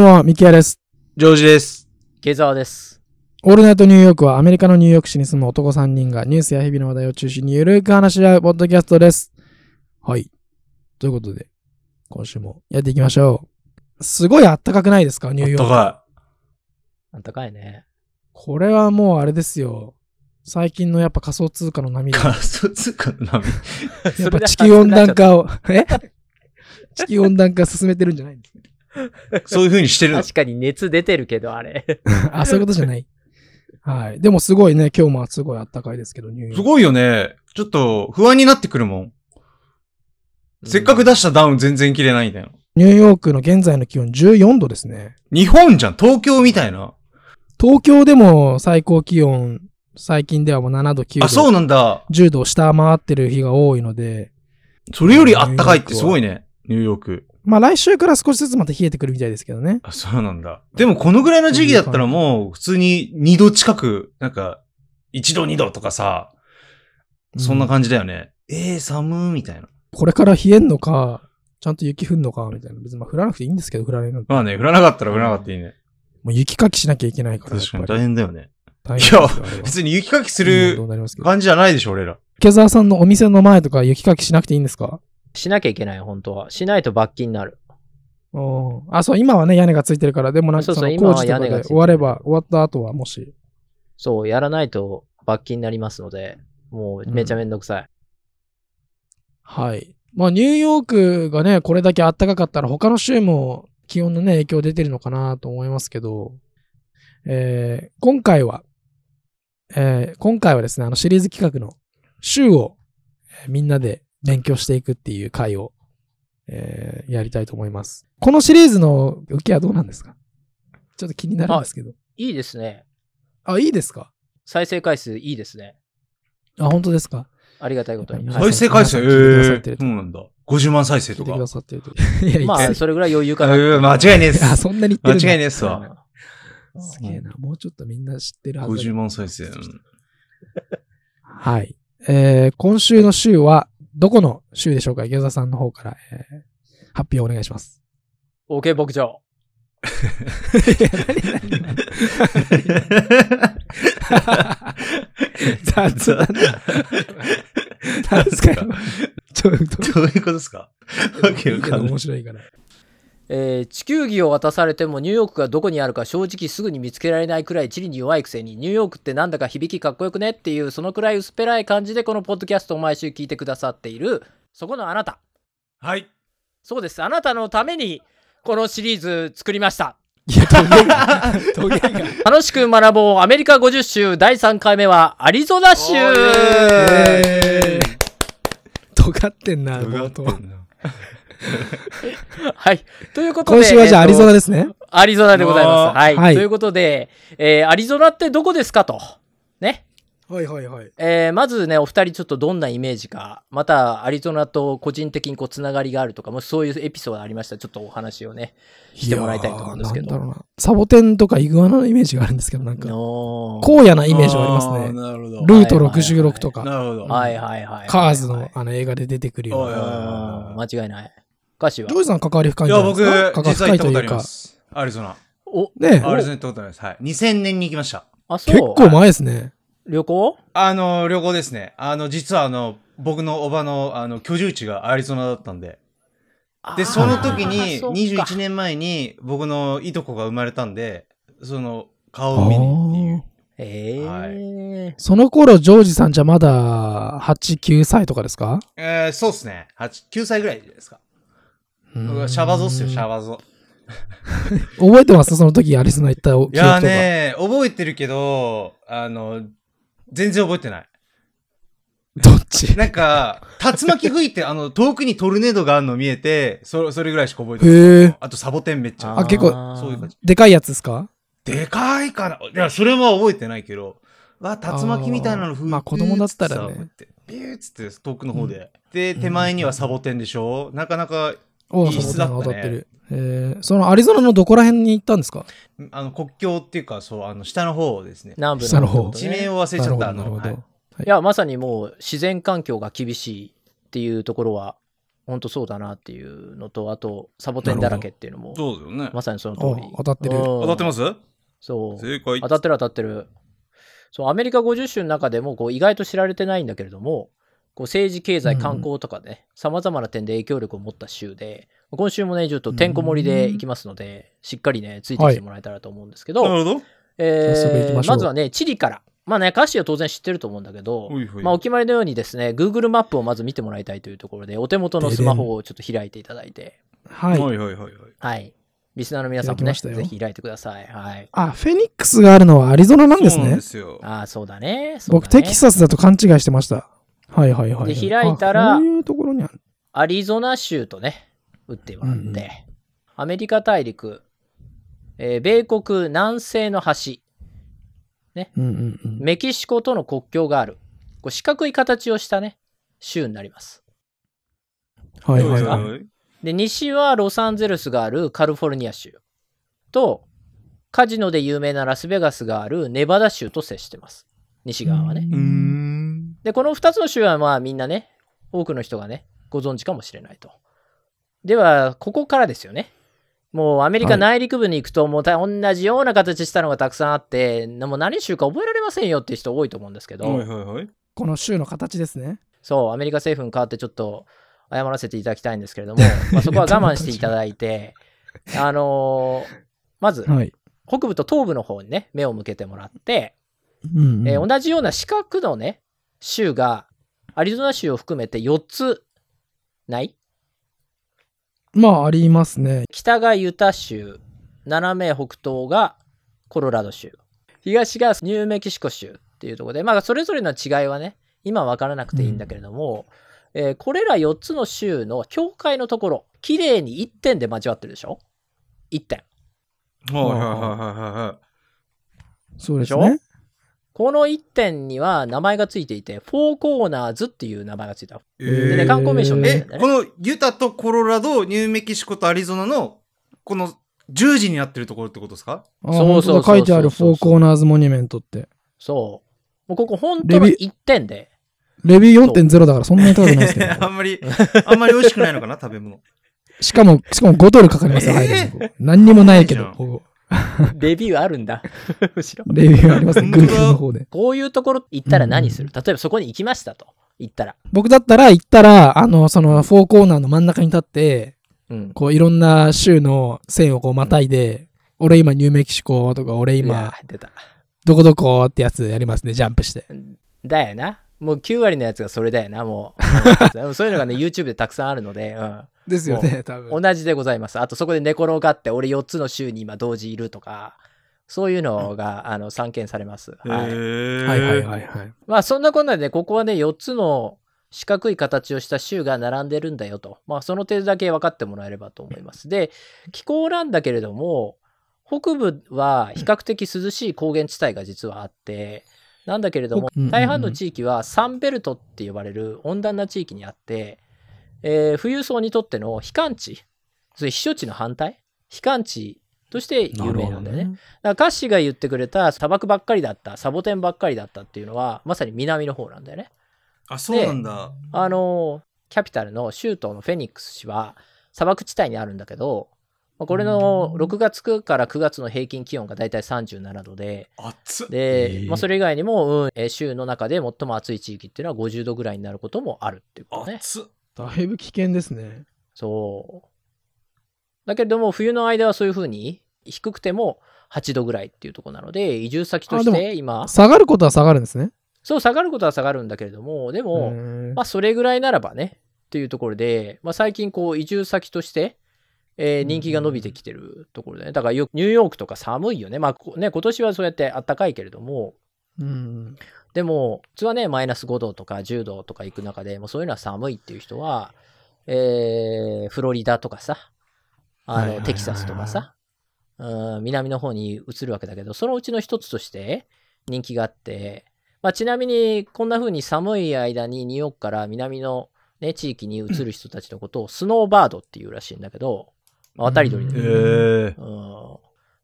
も、ミキヤです。ジョージです。ゲザーです。オールナイトニューヨークはアメリカのニューヨーク市に住む男3人がニュースや日々の話題を中心にゆるく話し合うポッドキャストです。はい。ということで、今週もやっていきましょう。すごいあったかくないですか、ニューヨーク。あった かあったかいね。これはもうあれですよ。最近のやっぱ仮想通貨の波い。 でカラス通貨の波。やっぱ地球温暖化を、え地球温暖化進めてるんじゃないんですね。そういう風にしてるの。確かに熱出てるけど、あれ。 あ、そういうことじゃない。はい。でもすごいね、今日もすごいあったかいですけど、ニューヨーク。すごいよね。ちょっと不安になってくるもん。せっかく出したダウン全然着れないんだよ。ニューヨークの現在の気温14度ですね。日本じゃん。東京みたいな。東京でも最高気温、最近ではもう7度、9度、あ、そうなんだ。 10度を下回ってる日が多いので、それよりあったかいってすごいね。ニューヨーク。まあ来週から少しずつまた冷えてくるみたいですけどね。あ、そうなんだ。でもこのぐらいの時期だったらもう普通に2度近く、なんか、1度2度とかさ、そんなじ。感じだよね。えー、寒ーみたいな。これから冷えんのか、ちゃんと雪降んのか、みたいな。別にまあ降らなくていいんですけど、降られるのまあね、降らなかったら降らなかったらいいね。もう雪かきしなきゃいけないから。確かにやっ大変だよね。ぱり大変ですよあれは別に雪かきすどうるなりますけど。感じじゃないでしょ、俺ら。池澤さんのお店の前とか雪かきしなくていいんですかしなきゃいけない、本当は。しないと罰金になる。おーあ、そう、今はね、屋根がついてるから、でもなんかそうそそうの工今は事とかで屋根がついて終るわれば、終わった後はもし、そう、やらないと罰金になりますので、もうめちゃめんどくさい。はい。まあ、ニューヨークがね、これだけ暖かかったら、他の州も気温のね、影響出てるのかなと思いますけど、えー今回は、えー今回はですね、あのシリーズ企画の州をえーみんなで勉強していくっていう回を、えーやりたいと思います。このシリーズの受けはどうなんですかちょっと気になるんですけど。いいですね。あ、いいですか再生回数いいですね。あ、本当ですかありがたいことに。はい再生回数、ええー、そうなんだ。50万再生聞といてか。くださってると。いや、いまやあ、それぐらい余裕かな。うん間違いねえっす。あ、そんなに言って間るんだ違いねえっすわ。 すげえな。もうちょっとみんな知ってるはずだけ50ど。万再生。うんはい。えー、今週の週は、どこの週でしょうか池澤さんの方から、えー、発表お願いします。 OK 牧場。雑だな。何すか今ちょっと、どういうことですかわけいいわけかどんない面。白いから。えー地球儀を渡されてもニューヨークがどこにあるか正直すぐに見つけられないくらい地理に弱いくせにニューヨークってなんだか響きかっこよくねっていうそのくらい薄っぺらい感じでこのポッドキャストを毎週聞いてくださっているそこのあなたはい。そうですあなたのためにこのシリーズ作りましたいや、トゲが、トゲが。楽しく学ぼうアメリカ50州第3回目はアリゾナ州おーイえー尖ってんな、冒頭。はいということで今週はじゃあアえっとリゾナですね。アリゾナでございますうわはい、はいということで、えーアリゾナってどこですかとねはいはいはい。えーまずねお二人ちょっとどんなイメージかまたアリゾナと個人的にこうつながりがあるとかもしそういうエピソードありましたらちょっとお話をねしてもらいたいと思うんですけどやーなんだろうなサボテンとかイグアナのイメージがあるんですけど、なんか、おー荒野なイメージはありますね。なるほルど。ート66とか、なるほど。はいはいはいカーズはいのあの映画で出てくるようおいおいな。うん間違いない歌詞はジョージさん関わり深いいんじゃや、ないで僕すか、関わり実深際行いっとたことあいうりかま。す。アリゾナ。おねアリえ、ゾナ行ったことあります。はい。2000年に行きました。あそう結構前ですね。旅行あの、旅行ですね。あの、実はあの、僕のおばの、あの、居住地がアリゾナだったんで。で、その時に、21年年前に、僕のいとこが生まれたんで、その、顔を見にっていえーその頃、ジョージさんじゃまだ8、9歳とかですかう。えー、そうっすね。8、9歳ぐらいじゃないですか。うシんャバゾっすよ、シャバゾ。覚えてますその時アリゾナ行った記憶いとか。やーね、覚えてるけど、あの、全然覚えてない。どっちへなんか、竜巻吹いて、あの、遠くにトルネードがあるの見えて、そそれぐらいしか覚えてない。え。あと、サボテンめっちゃ。あ結構そういう感じ。 でかいやつですかでかいかないや、それも覚えてないけど。わ、竜巻みたいなの吹いて。まあ子供だったらねさこうやってビューっつって遠くの方で。で、手前にはサボテンでしょなかなか、おういい質だったねサボテンが踊ってる。えーそのアリゾナのどこら辺に行ったんですかあの、国境っていうか、そう、あの、下の方ですね。南部下の方ってこと地ね名を忘れなちゃるっほた。ど、あなるほの、はいど。いやまさにもう自然環境が厳しいっていうところは本当そうだなっていうのと、あと、サボテンだらけっていうのも、そうだよね。まさにそのお通り。当たってる。当たってまますす。そう。正解。当たってる当たってる。そう、アメリカ50州の中でもこう意外と知られてないんだけれども、こう政治、経済、観光とかね、さまざまな点で影響力を持った州で、今週もね、ちょっとてんこ盛りでいきますので、しっかりね、ついてきてもらえたらと思うんですけど、なるほど。早速行えきーまましょうずはね、チリから。まあね、歌詞は当然知ってると思うんだけど、ほいほいまあ、お決まりのようにですね、Google マップをまず見てもらいたいというところで、お手元のスマホをちょっと開いていただいて、はい。はいはいはいはい。はい。リスナーの皆さんもいただきね、ましたよぜひ開いてください。はい。あ、フェニックスがあるのはアリゾナなんですそうなんねで。すよ。ああ、そうだね。そう僕、だねテキサスだと勘違いしてました。はいはいはいはい。で開いたらあこういうところにある。アリゾナ州とね、打ってもらって、うんうんアメリカ大陸、えー米国南西の端、うんうんうん。メキシコとの国境がある、こう四角い形をしたね、州になります。はいはいははいい。はいはいで、西はロサンゼルスがあるカリフォルニア州と、カジノで有名なラスベガスがあるネバダ州と接してます。西側はね。うーん。で、この2つの州はまあみんなね、多くの人がね、ご存知かもしれないと。では、ここからですよね。もうアメリはカい内陸部に行くと、もうた同じような形したのがたくさんあって、なもう何州か覚えられませんよっていう人多いと思うんですけど、はいはいはい。この州の形ですね。そう、アメリカ政府に代わってちょっと謝らせていただきたいんですけれども、まあ、そこは我慢していただいて、 あのーまず、はい。北部と東部の方にね、目を向けてもらって、うんうんえー同じような四角のね、州が、アリゾナ州を含めて4つないまあ、ありますね。北がユタ州、斜め北東がコロラド州、東がニューメキシコ州っていうところで、まあ、それぞれの違いはね、今分からなくていいんだけれども、えーこれら4つの州の境界のところ、綺麗に1点で交わってるでしょ ?1 点。はいはいはいはいはい。そうですでね。この1点には名前がついていて、フォーコーナーズっていう名前がついた。えーでね、観光名所になってえるんだ、よこね。のユタとコロラド、ニューメキシコとアリゾナの、この十字になってるところってことですかあそうそうそうそう本当だ書いてあるフォーコーナーズモニュメントって。そう。もうここ本当のレビ1 点で。レビュー4.0だからそんなに高くないですけ あど。んまり、あんまり美味しくないのかな、食べ物。しかも、しかも5ドルかかりますよ、えー入るの何にもないけいいど、じゃんここレビューあ るんだ。むしろ。レビューありますね、本当グルだープの方で。こういうところ行ったら何する、例えばそこに行きましたと言ったら。僕だったら行ったら、あの、そのフォーコーナーの真ん中に立って、うん。こういろんな州の線をこうまたいで、俺今ニューメキシコとか、俺い今や、出た。どこどこってやつやりますね、ジャンプして。だよな。もう9割のやつがそれだよな、もう うん。そういうのがね、YouTube でたくさんあるので、うですよね、多ん。分。同じでございます。あとそこで寝転がって、俺4つの州に今同時いるとか、そういうのが、あの、散見されます。はい。はいはいい。はいはい。まあそんなこんなでね、ここはね、4つの四角い形をした州が並んでるんだよと。まあその程度だけ分かってもらえればと思います。で、気候なんだけれども、北部は比較的涼しい高原地帯が実はあって、なんだけれどもうんうんう、ん大半の地域はサンベルトって呼ばれる温暖な地域にあって、えー富裕層にとっての避寒地、それ避暑地の反対避寒地として有名なんだよね。だからカッシーが言ってくれた砂漠ばっかりだったサボテンばっかりだったっていうのはまさに南の方なんだよね。あ、そうなんだ。あのキャピタルの州都のフェニックス市は砂漠地帯にあるんだけどまあこれの6月から9月の平均気温がだいたい37度で熱っ。えで、ーまあ、それ以外にも、うんえー州の中で最も暑い地域っていうのは50度ぐらいになることもあるっていうことね。熱っ。だいぶ危険ですね。そう。だけども、冬の間はそういうふうに低くても8度ぐらいっていうところなので、移住先としあでて今、下がることは下がるんですね。そう、下がることは下がるんだけれども、でうも、んまあ、それぐらいならばね、っていうところで、まあ、最近、こう、移住先として、えー人気が伸びてきてるところでね、だからよニューヨークとか寒いよね。まあ、こね、今年はそうやって暖かいけれども、うんでも、普通はね、マイナス5度とか10度とか行く中で、もうそういうのは寒いっていう人は、えーフロリダとかさ、あはいはいはいの、はいテキサスとかさ、うん南の方に移るわけだけど、そのうちの一つとして人気があって、まあ、ちなみに、こんな風に寒い間にニューヨークから南の、ね、地域に移る人たちのことをスノーバードっていうらしいんだけど、まあ渡り鳥うんでえー。うん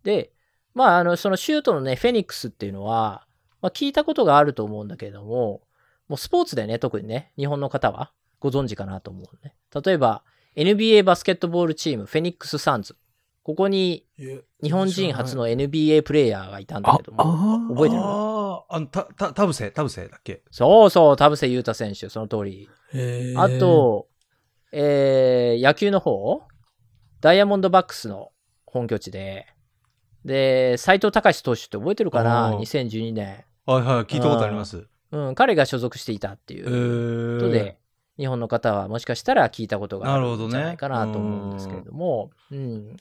で、まあ、あの、そのシュートのね、フェニックスっていうのは、まあ、聞いたことがあると思うんだけれども、もうスポーツでね、特にね、日本の方は、ご存知かなと思うね。例えば、NBA バスケットボールチーム、フェニックス・サンズ。ここに日本人初の NBA プレイヤーがいたんだあけども。あ覚えてるああ、あの、た、た、田臥、田臥だっけそうそう、田臥勇太選手、その通り。へーあと、えー野球の方、ダイヤモンドバックスの本拠地で、で、斎藤隆投手って覚えてるかなあー ?2012 年。はいはい、聞いたことあります。うん、彼が所属していたっていえうことーで、日本の方はもしかしたら聞いたことがあなるほどるんねじゃないかなと思うんですけれども、うん。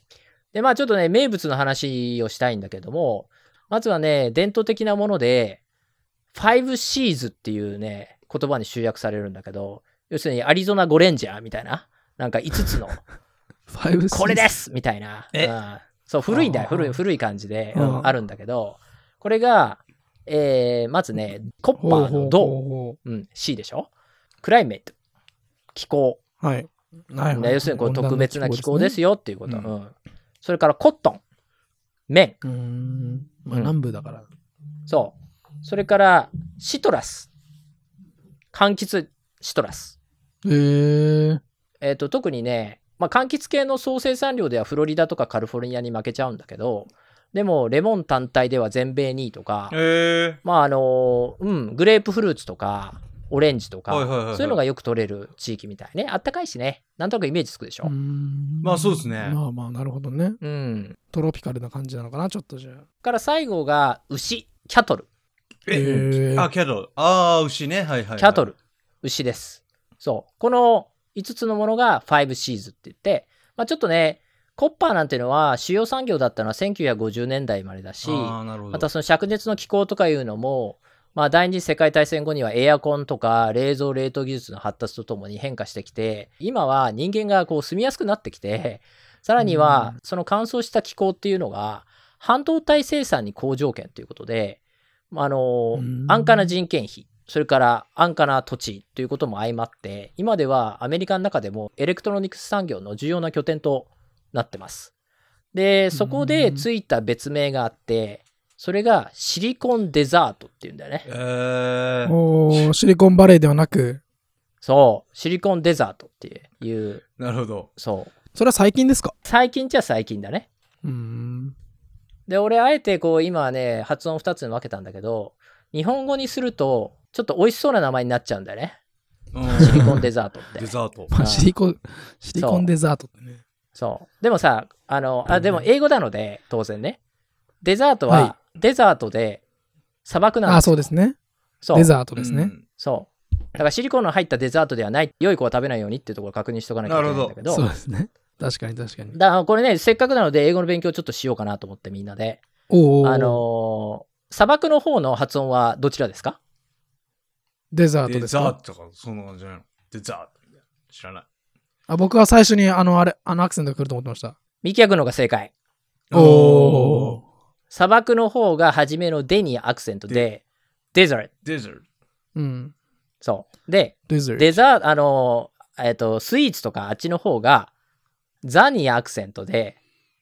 で、まあちょっとね、名物の話をしたいんだけども、まずはね、伝統的なもので、5シーズっていうね、言葉に集約されるんだけど、要するにアリゾナゴレンジャーみたいな、なんか5つ の、 Five これですみたいな。えうんそう、古いんだよ。あー古い、古い感じで、うんうんあるんだけど、これが、えーまずね、コッパほうほーうのほ銅、うほうん、C でしょクライメート、気候。うはい。はいはい要するにこう特別な気候ですよ。よっていうこと。うんうんそれからコットン、綿、うーん。まあうん南部だから。そう。それからシトラス、柑橘シトラス。へえ。えっ、と、特にね、まあ、柑橘系の総生産量ではフロリダとかカリフォルニアに負けちゃうんだけど、でも、レモン単体では全米2位とか、えまあ、あの、うん、グレープフルーツとか、オレンジとか、はいはいはいはいそういうのがよく取れる地域みたいね。あったかいしね。なんとなくイメージつくでしょ。ままあそうですねまあまあ、なるほどね。うん。トロピカルな感じなのかな、ちょっとじゃあ。から最後が、牛、キャトル。ー、えへーあ、キャトル。ああ、牛ね。はいはい、はい。キャトル、牛です。そう。この5つのものが5シーズって言って、まあ、ちょっとね、コッパーなんていうのは主要産業だったのは1950年代までだし、ああ、なるほど。またその灼熱の気候とかいうのも、まあ、第二次世界大戦後にはエアコンとか冷蔵冷凍技術の発達とともに変化してきて今は人間がこう住みやすくなってきてさらにはその乾燥した気候っていうのが半導体生産に好条件ということで、まあ、あのうん安価な人件費それから安価な土地ということも相まって今ではアメリカの中でもエレクトロニクス産業の重要な拠点となってます。でそこでついた別名があってそれがシリコンデザートっていうんだよね。えー、おーシリコンバレーではなく、そう、シリコンデザートっていう、なるほど。そう。それは最近ですか最近っちゃ最近だね。うーん。で、俺、あえてこう、今はね、発音2つに分けたんだけど、日本語にすると、ちょっと美味しそうな名前になっちゃうんだよね。うんシリコンデザートってデ。ザート。まうあ、んシリコン、シリコンデザートってね。そう。でもさ、あの、あ、でも英語なので、当然ね。デザートはは、デザートで、砂漠なんあであ、すよそうですね。そうデザートですね。そう。だからシリコンの入ったデザートではない、良い子は食べないようにっていうところを確認しとかなきゃいけないんだけどそうですね。確かに確かに。だからこれね、せっかくなので英語の勉強ちょっとしようかなと思ってみんなで。おーあのー砂漠の方の発音はどちらですかデザうーんトデですザーかトとか、そんな感じじゃないの。デザートみたいな。知らない。あ僕は最初にあの、あれ、あのアクセントが来ると思ってました。ミキヤ君の方が正解。おー。砂漠の方が初めのデにアクセントで、デザート。デザート。うん。そう。で、デザート。デザート、あのーえっ、と、スイーツとかあっちの方が、ザにアクセントで、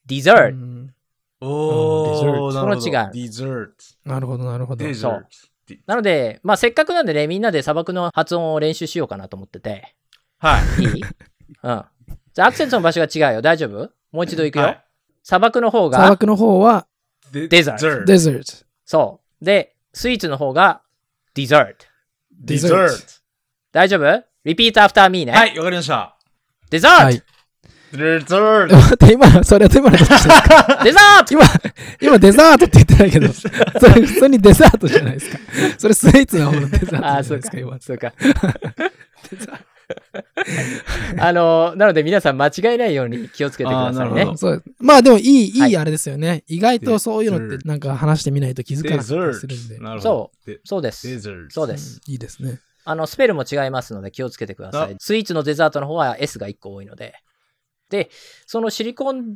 デザうート。んおー、なうんるデほザど。ートデザート。なるほど、なるほど。デザート。なので、まあ、せっかくなんでね、みんなで砂漠の発音を練習しようかなと思ってて。は いいうん。じゃあ、アクセントの場所が違うよ。大丈夫もう一度行い。くよ。はい砂漠の方砂が、漠の方はデザートデザート。そう。で、スイーツの方が、デザート。デザート。大丈夫 ?repeat after me ね。は。い、わかりました。デザート、はい。デザート。待って、今、それは 今の話ですかデザート今、今デザートって言ってないけど、それ普通にデザートじゃないですか。それスイーツの方のデザートじゃなあいー、そうですかか、今。。そうか。 あの、なので皆さん間違えないように気をつけてくださいあーなるねほ。どそうですまあでもいい、はいいいあれですよね。意外とそういうのっデてなんか話してみないと気づかデなザかったりするんでート。。なるほど。そうデそうでデす。ザート。そうです。うんいいですね。あの、スペルも違いますので気をつけてくださいあ。スイーツのデザートの方は S が1個多いので。で、そのシリコン、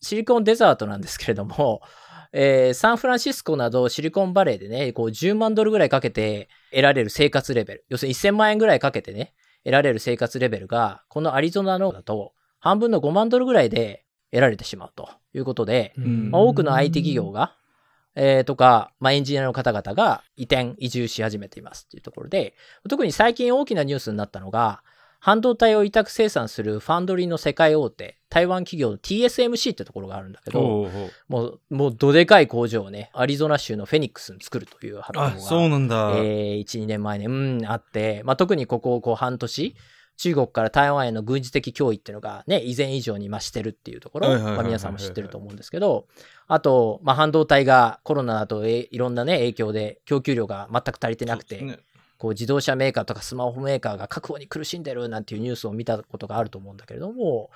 シリコンデザートなんですけれども、えーサンフランシスコなどシリコンバレーでね、こう10万ドルぐらいかけて得られる生活レベル、要するに1000万円ぐらいかけてね、得られる生活レベルが、このアリゾナの方だと半分の5万ドルぐらいで得られてしまうということで、んまあ、多くの IT 企業が、えーとか、まあ、エンジニアの方々が移転、移住し始めていますっていうところで、特に最近大きなニュースになったのが、半導体を委託生産するファンドリーの世界大手、台湾企業の TSMC ってところがあるんだけど、おうおうもう、もうどでかい工場をね、アリゾナ州のフェニックスに作るという発あ、表そうが、なんだ。えー、1、2年前ね、うん、あって、まあ、特にここ、こう、半年、中国から台湾への軍事的脅威っていうのがね、以前以上に増してるっていうところ、はいはいはいはいまあ皆さんも知ってると思うんですけど、あと、まあ、半導体がコロナだとえいろんなね、影響で供給量が全く足りてなくて、そうですねこう自動車メーカーとかスマホメーカーが確保に苦しんでるなんていうニュースを見たことがあると思うんだけれども、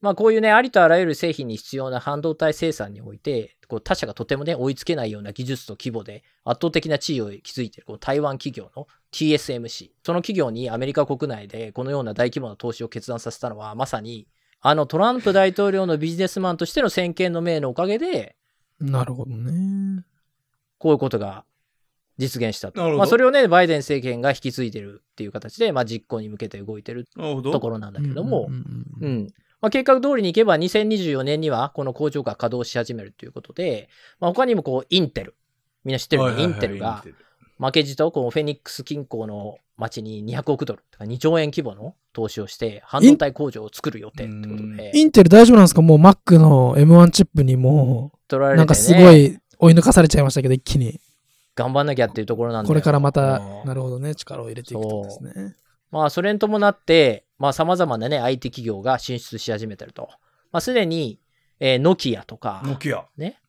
まあ、こういうね、ありとあらゆる製品に必要な半導体生産において、こう他社がとてもね、追いつけないような技術と規模で圧倒的な地位を築いているこの台湾企業の TSMC。その企業にアメリカ国内でこのような大規模な投資を決断させたのは、まさに、あのトランプ大統領のビジネスマンとしての先見の明のおかげで、なるほどね。こういうことが実現したなるほと。どまあ、それをね、バイデン政権が引き継いでるっていう形で、まあ、実行に向けて動いてるなるほど。ところなんだけれどうんもう、うんん。まあ、計画通りにいけば、2024年にはこの工場が稼働し始めるということで、まあ、他にもこう、インテル。みんな知ってるよね、はいはいはいインテルが、負けじとこうフェニックス近郊の町に200億ドル、とか2兆円規模の投資をして、半導体工場を作る予定ってことで、インテル大丈夫なんですかもう Mac の M1 チップにも取らう、れなんてかすごね、い追い抜かされちゃいましたけど、一気に。頑張んなきゃっていうところなんだよこれからまたうん、なるほどね、力を入れていくってことですね。まあ、それに伴って、まあ、様々なね、IT 企業が進出し始めてると。まあ、すでに、えーノキアとか、ノキア、ね。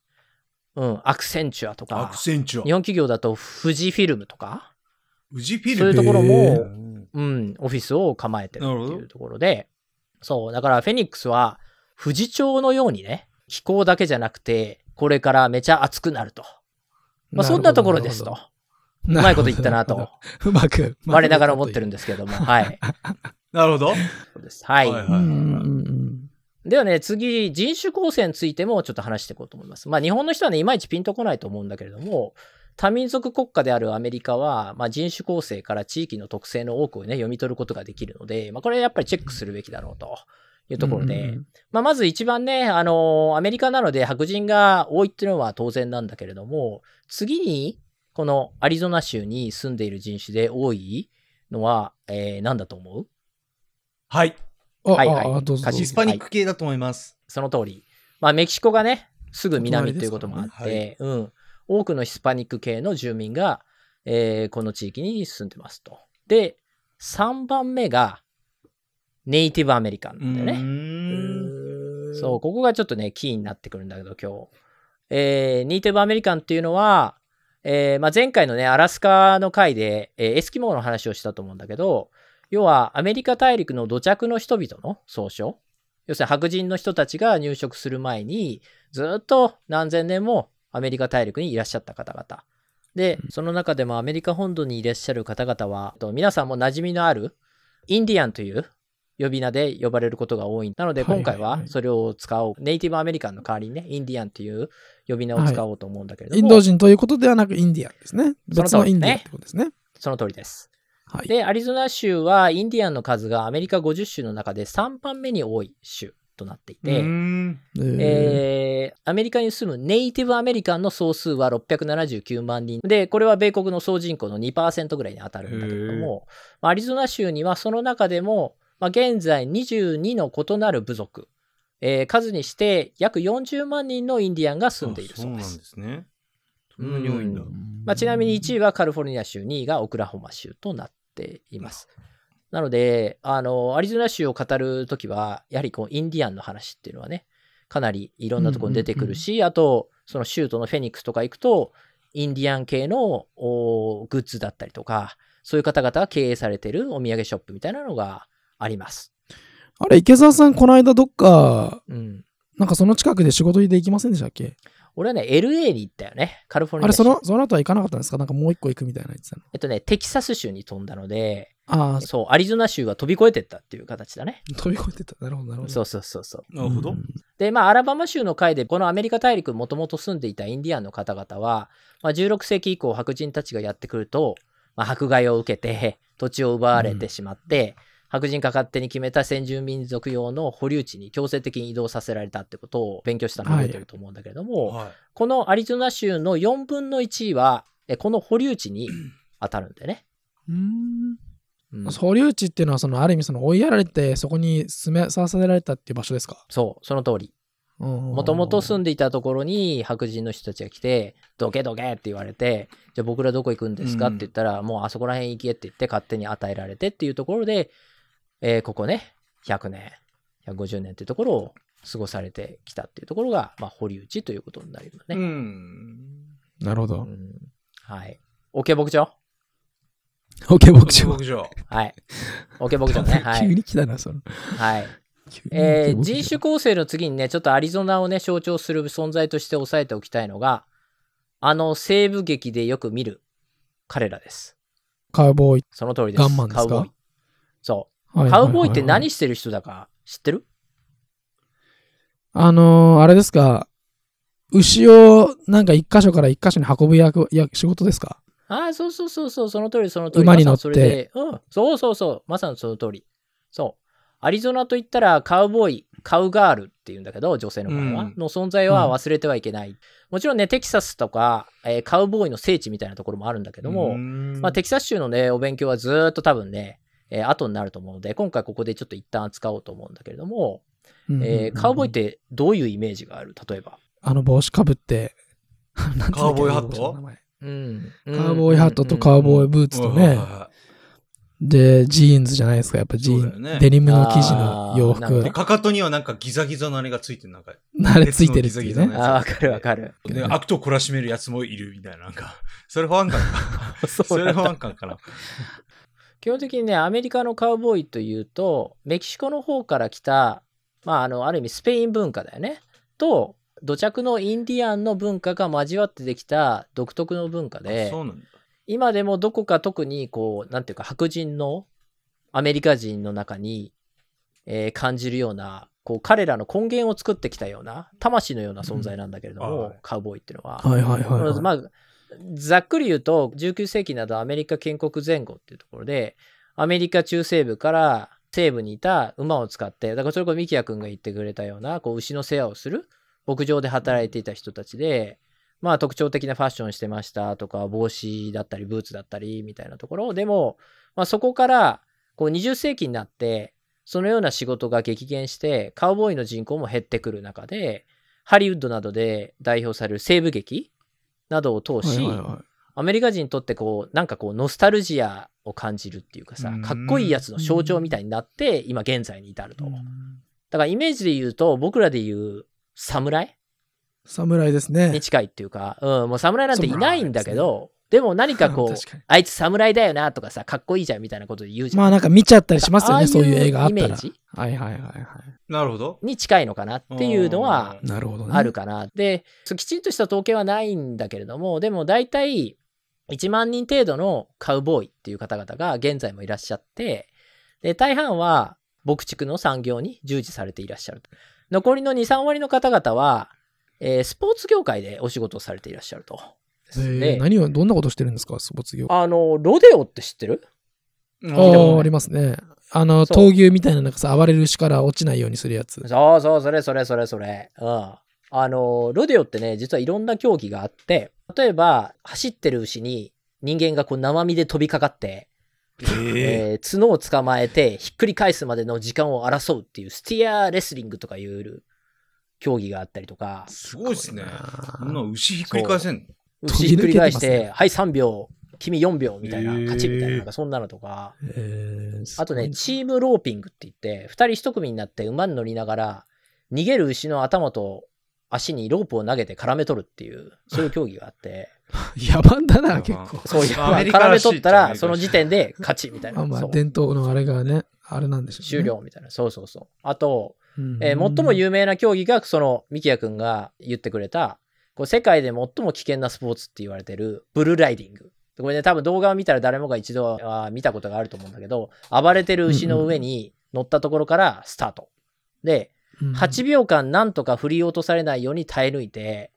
うん、アクセンチュアとアかク、センチュ日ア、本企業だと富士フィルムとか、ウジフィそういルうムところへも、うんうん、オフィスを構えてるってなるほいうどところで、そう、だからフェニックスは、富士町のようにね、気候だけじゃなくて、これからめちゃ暑くなると。まあ、そんなところですと。うなまいるこほとど。言っ たなと、うま く。我ながら思ってるんですけども、はい。なるほど。そうです。はい。はいはいうんうんうんではね、次、人種構成についてもちょっと話していこうと思います。まあ、日本の人はね、いまいちピンとこないと思うんだけれども、多民族国家であるアメリカは、まあ、人種構成から地域の特性の多くをね、読み取ることができるので、まあ、これやっぱりチェックするべきだろうというところで、うんうんまあ、まず一番ね、あのアメリカなので白人が多いっていうのは当然なんだけれども、次に、このアリゾナ州に住んでいる人種で多いのは、えー、何だと思うはい。うんはいはいああどうぞどうカぞシヒスパニック系だと思います。その通り。まあ、メキシコがね、すぐ南ということもあっおて、隣でうん。多くのヒスパニック系の住民が、えーこの地域に住んでますと。で、3番目が、ネイティブアメリカンなんだよね。ね。そう、ここがちょっとね、キーになってくるんだけど、今日。えー、ニーティブアメリカンっていうのは、えーまあ、前回のね、アラスカの回で、えーエスキモーの話をしたと思うんだけど、要はアメリカ大陸の土着の人々の総称。要するに白人の人たちが入植する前に、ずっと何千年もアメリカ大陸にいらっしゃった方々。で、その中でもアメリカ本土にいらっしゃる方々は、と皆さんも馴染みのある、インディアンという呼び名で呼ばれることが多い。なのではいは今いはい回はそれを使おう。ネイティブアメリカンの代わりにね、インディアンという呼び名を使おうと思うんだけれども、インド人ということではなくインディアンですね。その別通りのインディアンってことですね。その通りです。はい。で、アリゾナ州はインディアンの数がアメリカ50州の中で3番目に多い州となっていて、うんええーアメリカに住むネイティブアメリカンの総数は679万人で、これは米国の総人口の2%ぐらいに当たるんだけれども、まあアリゾナ州にはその中でも、まあ現在22の異なる部族、えー数にして約40万人のインディアンが住んでいるそうであそうなんす。ですね。そんなに多いんだう。ーまあ、ちなみに1位はカリフォルニア州、2位がオクラホマ州となっています。なので、あの、アリゾナ州を語るときは、やはりこう、インディアンの話っていうのはね、かなりいろんなところに出てくるし、あと、その州都のフェニックスとか行くと、インディアン系のおーグッズだったりとか、そういう方々が経営されてるお土産ショップみたいなのがあります。あれ、池澤さん、この間どっか、うん。なんかその近くで仕事で行きませんでしたっけ俺はね、LA に行ったよね。カリフォルニあアれ、州。その、その後は行かなかったんですかなんかもう一個行くみたいな言ってたの。えっとね、テキサス州に飛んだので、ああ、そう、アリゾナ州は飛び越えてったっていう形だね。飛び越えてた。なるほど、なるほど。そうそうそうそう。なるほど。で、まあ、アラバマ州の会で、このアメリカ大陸もともと住んでいたインディアンの方々は、まあ、16世紀以降、白人たちがやってくると、まあ、迫害を受けて、 土地を奪われてしまって、白人が勝手に決めた先住民族用の保留地に強制的に移動させられたってことを勉強したのを覚えてると思うんだけれども、はい。このアリゾナ州の4分の1は、えこの保留地に当たるんだよね。うん。うん保留地っていうのはそのある意味その追いやられてそこに住めさせられたっていう場所ですかそう、その通り。ももともと住んでいたところに白人の人たちが来て、どけどけって言われて、じゃあ僕らどこ行くんですかうっんて言ったら、もうあそこら辺行けって言って勝手に与えられてっていうところで、えーここね、100年、150年っていうところを過ごされてきたっていうところが、まあ、保留地ということになりますうね。ん。なるほうど。んはい。OK 牧場オケ牧場。牧場。はい。OK 牧場ね。 は急い。に来たな、その。はい。急にえー OK 牧場人種構成の次にね、ちょっとアリゾナをね、象徴する存在として押さえておきたいのが、あの西部劇でよく見る彼らです。カウボーイ。その通りです。ガンマンですかカウボーイ。そはう。いカウボーイってはいはいはい何してる人だか知ってるあのーあれですか。牛をなんか一箇所から一箇所に運ぶ役役仕事ですかああ、そうそうそうそう、その通り、その通り。馬に乗ってまさにそれでうん、そうそうそう、まさにその通り。そう。アリゾナといったら、カウボーイ、カウガールっていうんだけど、女性の場合は、うんの存在は忘れてはいけない。もちろんね、テキサスとか、えーカウボーイの聖地みたいなところもあるんだけどうも、んまあ、テキサス州のね、お勉強はずーっと多分ね、えー後になると思うので、今回ここでちょっと一旦扱おうと思うんだけれども、えーカウボーイっ。うんうんうんてどういうイメージがある例えば。あの帽子かぶって。なんていうんだっけ カウボーイハット帽子の名前うん。カウボーイハットとカウボーイブーツとはいはね。いはで、ジーンズじゃないですか。やっぱジーそうだン、よねデニムの生地の洋あーなるいで服。かかとにはなんかギザギザのあれがついてる、なんか。慣れついてるっていう鉄のギザギねザの。あーわかるわかる。で悪と懲らしめるやつもいるみたいな、なんか。 それ保安官か。そそうれなん保だ安官かな。基本的にね、アメリカのカウボーイというと、メキシコの方から来た、まあ、あの、ある意味スペイン文化だよね。と、土着のインディアンの文化が交わってできた独特の文化で、そうなんだ。今でもどこか特にこう、なんていうか白人のアメリカ人の中に、えー感じるような、こう彼らの根源を作ってきたような、魂のような存在なんだけれども、うんはいカウボーイっていうのは。はいはいはいはい。まあ、ざっくり言うと、19世紀などアメリカ建国前後っていうところで、アメリカ中西部から西部にいた馬を使って、だからそれこそミキヤ君が言ってくれたような、こう牛の世話をする牧場で働いていた人たちで、まあ特徴的なファッションしてましたとか、帽子だったり、ブーツだったりみたいなところ。でも、まあそこから、こう20世紀になって、そのような仕事が激減して、カウボーイの人口も減ってくる中で、ハリウッドなどで代表される西部劇などを通し、はいはいはいアメリカ人にとってこう、なんかこう、ノスタルジアを感じるっていうかさう、んかっこいいやつの象徴みたいになって、今現在に至ると。だからイメージで言うと、僕らで言う侍侍ですね。に近いっていうか、うん、もう侍なんていないんだけど、でも何かこう、 確かにあいつ侍だよなとかさ、かっこいいじゃんみたいなことで言うじゃん。まあなんか見ちゃったりしますよああね、そういう映画あったイメーら。ジはいはいはいはなるほど。に近いのかなっていうのはい。なるほどね。あるかな。で、そうきちんとした統計はないんだけれども、でも大体1万人程度のカウボーイっていう方々が現在もいらっしゃって、で、大半は牧畜の産業に従事されていらっしゃる。残りの2、3割の方々は、えースポーツ業界でお仕事をされていらっしゃると。へーで何を、どんなことしてるんですか、スポーツ業。ああの、ロデオって知ってるうんあー、ありますね。あの、そう闘牛みたいな、なんかさ、暴れる牛から落ちないようにするやつ。そうそう、それそれそれそれ。うん。あの、ロデオってね、実はいろんな競技があって、例えば、走ってる牛に人間がこう生身で飛びかかって、えええー角を捕まえてひっくり返すまでの時間を争うっていうスティアーレスリングとかいう競技があったりとか、すごいですね。あそんなー牛ひっくり返せんの牛ひっくり返し飛び抜けてて、まはい3秒、君4秒みたいな、へー勝ちみたいな、なんかそんなのとか、えーすごいあとね、チームローピングって言って、2人1組になって馬に乗りながら、逃げる牛の頭と足にロープを投げて絡め取るっていう、そういう競技があ って、 野蛮だな、結構。そういう、アメリカ絡らめしい取っっちゃたアメリカら、らしいその時点で勝ちみたいな あ。まあ、そう伝統のあれがね、あれなんでしょう、ね。終了みたいな。そうそうそう。あと、うん。えー最も有名な競技が、その、ミキヤ君が言ってくれた、こう世界で最も危険なスポーツって言われてる、ブルーライディング。これね、多分動画を見たら誰もが一度は見たことがあると思うんだけど、暴れてる牛の上に乗ったところからスタート。で、うん8秒間なんとか振り落とされないように耐え抜いて、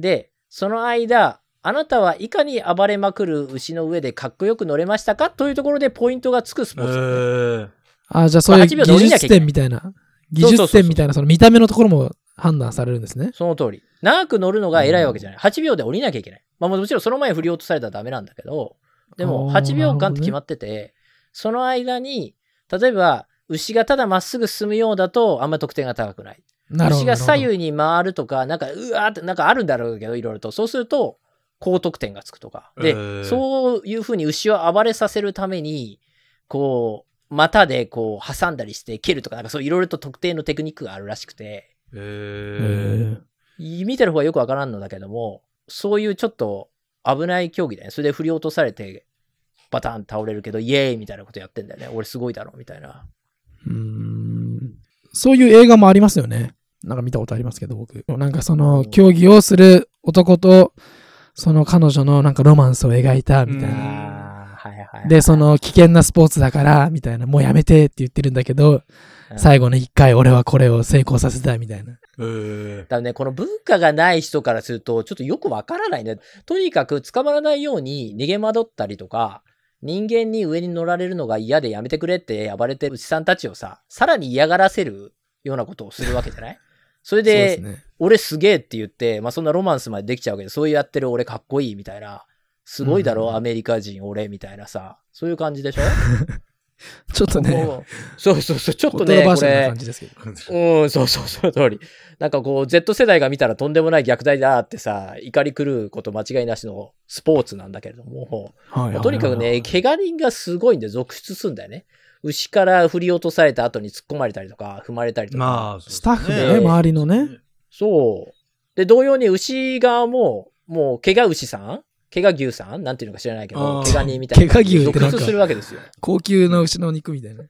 で、その間、あなたはいかに暴れまくる牛の上でかっこよく乗れましたかというところでポイントがつくスポーツなんだよね。えあ、じゃあそういう8秒で降技りなきゃ術いけない点みたいな、技そうそう術そう点みたいな、その見た目のところも判断されるんですね。その通り。長く乗るのが偉いわけじゃない。8秒で降りなきゃいけない。まあもちろんその前に振り落とされたらダメなんだけど、でもあー8秒間って決まってて、その間に、例えば、牛がただまっすぐ進むようだと、あんま得点が高くない。なるほ牛ど。が左なる右に回るとか、なんか、うわーって、なんかあるんだろうけど、いろいろと。そうすると、高得点がつくとか。へで、ーそういうふうに牛を暴れさせるために、こう、股でこう、挟んだりして蹴るとか、なんかそういろいろと特定のテクニックがあるらしくて、ほえどへーー見てる方がよくわからんのだけども、そういうちょっと危ない競技だよね。それで振り落とされて、バタン倒れるけど、イエーイみたいなことやってんだよね。俺すごいだろ、みたいな。うーんそういう映画もありますよね。なんか見たことありますけど、僕。なんかその、競技をする男と、その彼女のなんかロマンスを描いた、みたいうんな。あーはいはいはいで、そ、の、危険なスポーツだから、みたいな、もうやめてって言ってるんだけど、うん最後の一回俺はこれを成功させたい、みたいな。えーだからね、この文化がない人からすると、ちょっとよくわからないね。とにかく捕まらないように逃げ惑ったりとか、人間に上に乗られるのが嫌でやめてくれって暴れてる牛さんたちをさ、さらに嫌がらせるようなことをするわけじゃないそれ で、そうですね。俺すげえって言って、まあそんなロマンスまでできちゃうけど、そういうやってる俺かっこいいみたいな、すごいだろ、うんアメリカ人俺みたいなさ、そういう感じでしょちょっと ね、もうそうそうそう、ちょっと言ね、葉こ遊びなれ感、じですけど。うん、そうそう、その通り。なんかこう、Z 世代が見たらとんでもない虐待だってさ、怒り狂うこと間違いなしのスポーツなんだけれども、はいはいはいとにかくね、、怪我人がすごいんで続出すんだよね。牛から振り落とされた後に突っ込まれたりとか、踏まれたりとか。まあ、スタッフだでよね周りのね。そう。で、同様に牛側も、もう、怪我牛さん怪我牛さんなんていうのか知らないけどあ、ー怪我人みたいな。怪我牛って続なんか出するわけですよ。高級の牛の肉みたいな。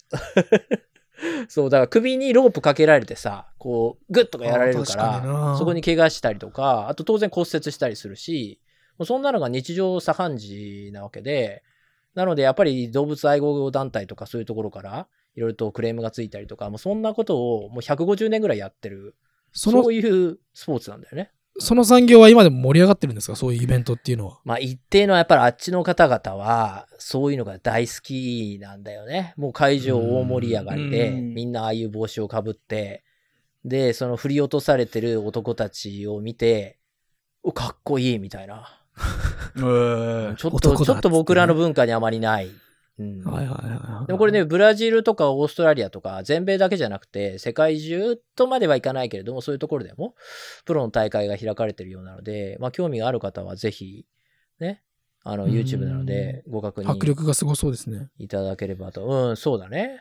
そう、だから首にロープかけられてさ、こう、グッとかやられるかあー確かになら、そこに怪我したりとか、あと当然骨折したりするし、もうそんなのが日常茶飯事なわけで、なのでやっぱり動物愛護団体とかそういうところから、いろいろとクレームがついたりとか、もうそんなことをもう150年ぐらいやってる、そのそういうスポーツなんだよね。その産業は今でも盛り上がってるんですかそういうイベントっていうのは。まあ一定のやっぱりあっちの方々はそういうのが大好きなんだよね。もう会場大盛り上がりで、うんみんなああいう帽子をかぶって、で、その振り落とされてる男たちを見て、おかっこいいみたいな。えーちょっ男だっつってねと、ちょっと僕らの文化にあまりない。うんはいはいはいはい。でもこれね、ブラジルとかオーストラリアとか、全米だけじゃなくて、世界中とまではいかないけれども、そういうところでも、プロの大会が開かれてるようなので、まあ、興味がある方はぜひ、ね、あうの、ん YouTube なので、ご確迫認力がすごそうですね。いただければと。うん、そうだね。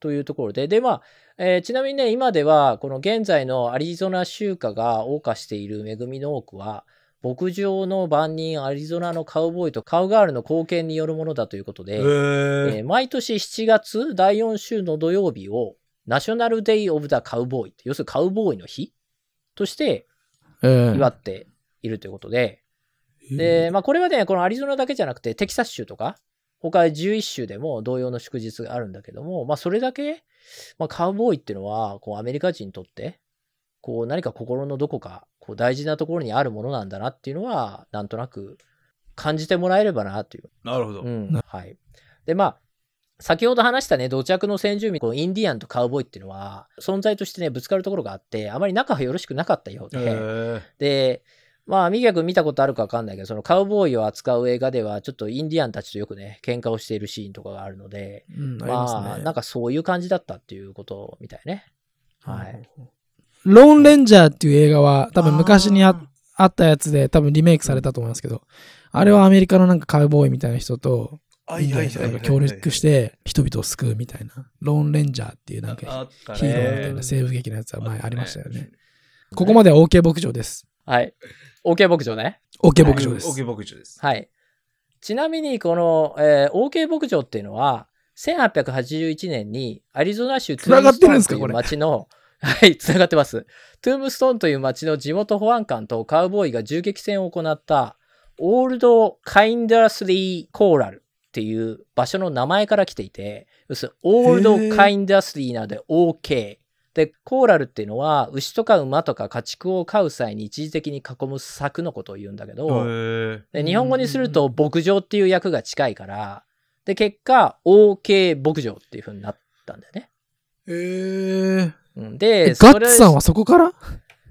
というところで。で、まあ、えーちなみにね、今では、この現在のアリゾナ州下が謳歌している恵みの多くは、牧場の番人アリゾナのカウボーイとカウガールの貢献によるものだということえで、えーー毎年7月第4週の土曜日をナショナルデイ・オブ・ザ・カウボーイ要するにカウボーイの日としてええ祝っているということで、で、まあ、これはね、このアリゾナだけじゃなくてテキサス州とか、他11州でも同様の祝日があるんだけども、まあ、それだけ、まあ、カウボーイっていうのは、こう、アメリカ人にとって、こう、何か心のどこか、こう、大事なところにあるものなんだなっていうのは、なんとなく感じてもらえればなというなるほどう。んなはい、でまあ先ほど話したね土着の先住民こうインディアンとカウボーイっていうのは存在としてねぶつかるところがあってあまり仲がよろしくなかったようえで、ーでまあミギャ君見たことあるか分かんないけどそのカウボーイを扱う映画ではちょっとインディアンたちとよくね喧嘩をしているシーンとかがあるのでうん、ありますね。まあなんかそういう感じだったっていうことみたいねはい、ローンレンジャーっていう映画は多分昔にああったやつで多分リメイクされたと思いますけど、あれはアメリカのなんかカウボーイみたいな人とあインディアンの人が協力して人々を救うみたいな、ローンレンジャーっていうなんかあったねヒーローみたいな西部劇のやつは前ありましたよね。。たここまでは OK 牧場です。はい、OK 牧場ね OK あったね牧場です。オーケー牧場です。はい。ちなみに、この、えー OK 牧場っていうのは、1881年にアリゾナ州トゥームストーンという町の、 はい、つながってます。トゥームストーンという町の地元保安官とカウボーイが銃撃戦を行った、オールド・カインダースリー・コーラルっていう場所の名前から来ていて、要するに、オールド・カインダースリーなので OK。で、コーラルっていうのは、牛とか馬とか家畜を飼う際に一時的に囲む柵のことを言うんだけど、えで日本語にすると牧場っていう役が近いから、で、結果、OK 牧場っていう風になったんだよね。えーうんえで、ガそッれツさんはそこから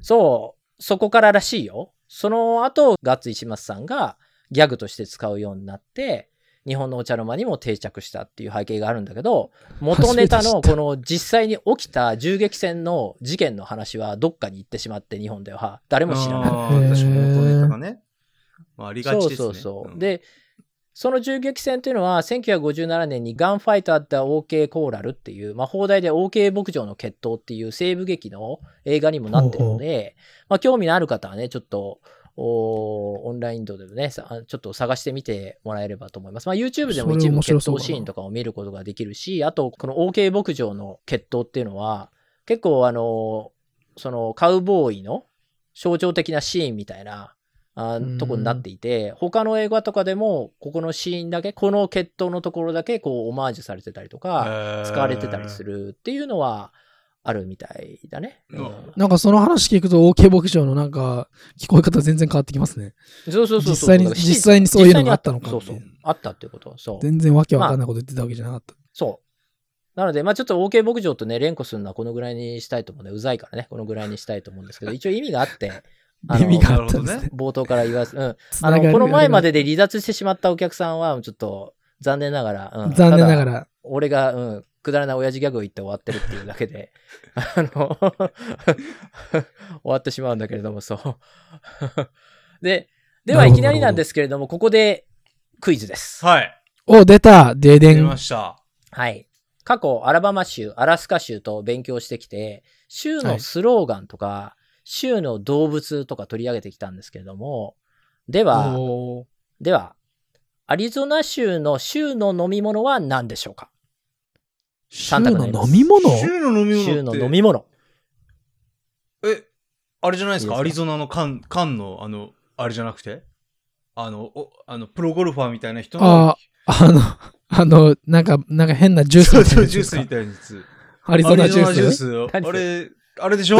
そう、そこかららしいよ。その後、ガッツ石松さんがギャグとして使うようになって、日本のお茶の間にも定着したっていう背景があるんだけど、元ネタのこの実際に起きた銃撃戦の事件の話はどっかに行ってしまって日本では誰も知らない。あー確かに元ネタがね。まあ、ありがちですね。そうそうそう。ん、で、その銃撃戦というのは、1957年にガンファイトあった OK コーラルっていう、まあ、放題で OK 牧場の決闘っていう西部劇の映画にもなってるので、まあ、興味のある方はね、ちょっと、おオンライン度でもね、さちょっと探してみてもらえればと思います。まあ、YouTube でも一部決闘シーンとかを見ることができるし、あと、この OK 牧場の決闘っていうのは、結構あの、そのカウボーイの象徴的なシーンみたいなあうんとこになっていて、他の映画とかでも、ここのシーンだけ、この決闘のところだけ、こう、オマージュされてたりとか、使われてたりする。るっていうのは、あるみたいだね。うんうんなんかその話聞くと、OK 牧場のなんか、聞こえ方全然変わってきますね。そうそうそうそ実う。際にだからシーズン実際にそういうのがあったのかそうそう。あったっていうこと。そう。全然わけわかんないこと言ってたわけじゃなかった。そう。なので、まあちょっと OK 牧場とね、連呼するのはこのぐらいにしたいと思うね。うざいからね、このぐらいにしたいと思うんですけど、一応意味があ って、あの意味があったんですなるね。冒頭から言わず、うん。つあながの、るこの前まであで離脱してしまったお客さんは、ちょっと、残念ながら、れうがん、残念ながら。ら。俺が、うん、くだらない親父ギャグを言って終わってるっていうだ けで、あの、終わってしまうん だけれども、そう。で、ではなるいほどきなりなんですけれども、ここでクイズです。はい。お、出たでで出んま。した。はい。過去、アラバマ州、アラスカ州と勉強してきて、州のスローガンとか、州の動物とか取り上げてきたんですけれども、では、おーでは、アリゾナ州の州の飲み物は何でしょうか週択にのなります飲み物州の飲み物って。州の飲み物。え、あれじゃないですかいいですかアリゾナの缶、缶の、あの、あれじゃなくてあの、おあのプロゴルファーみたいな人のあ、あの、 あの、なんか、なんか変なジュースそうみたいそうな。ジュースみたいなやつ。アリゾナジュアリゾナース。ジュース何あれ、あれで しょ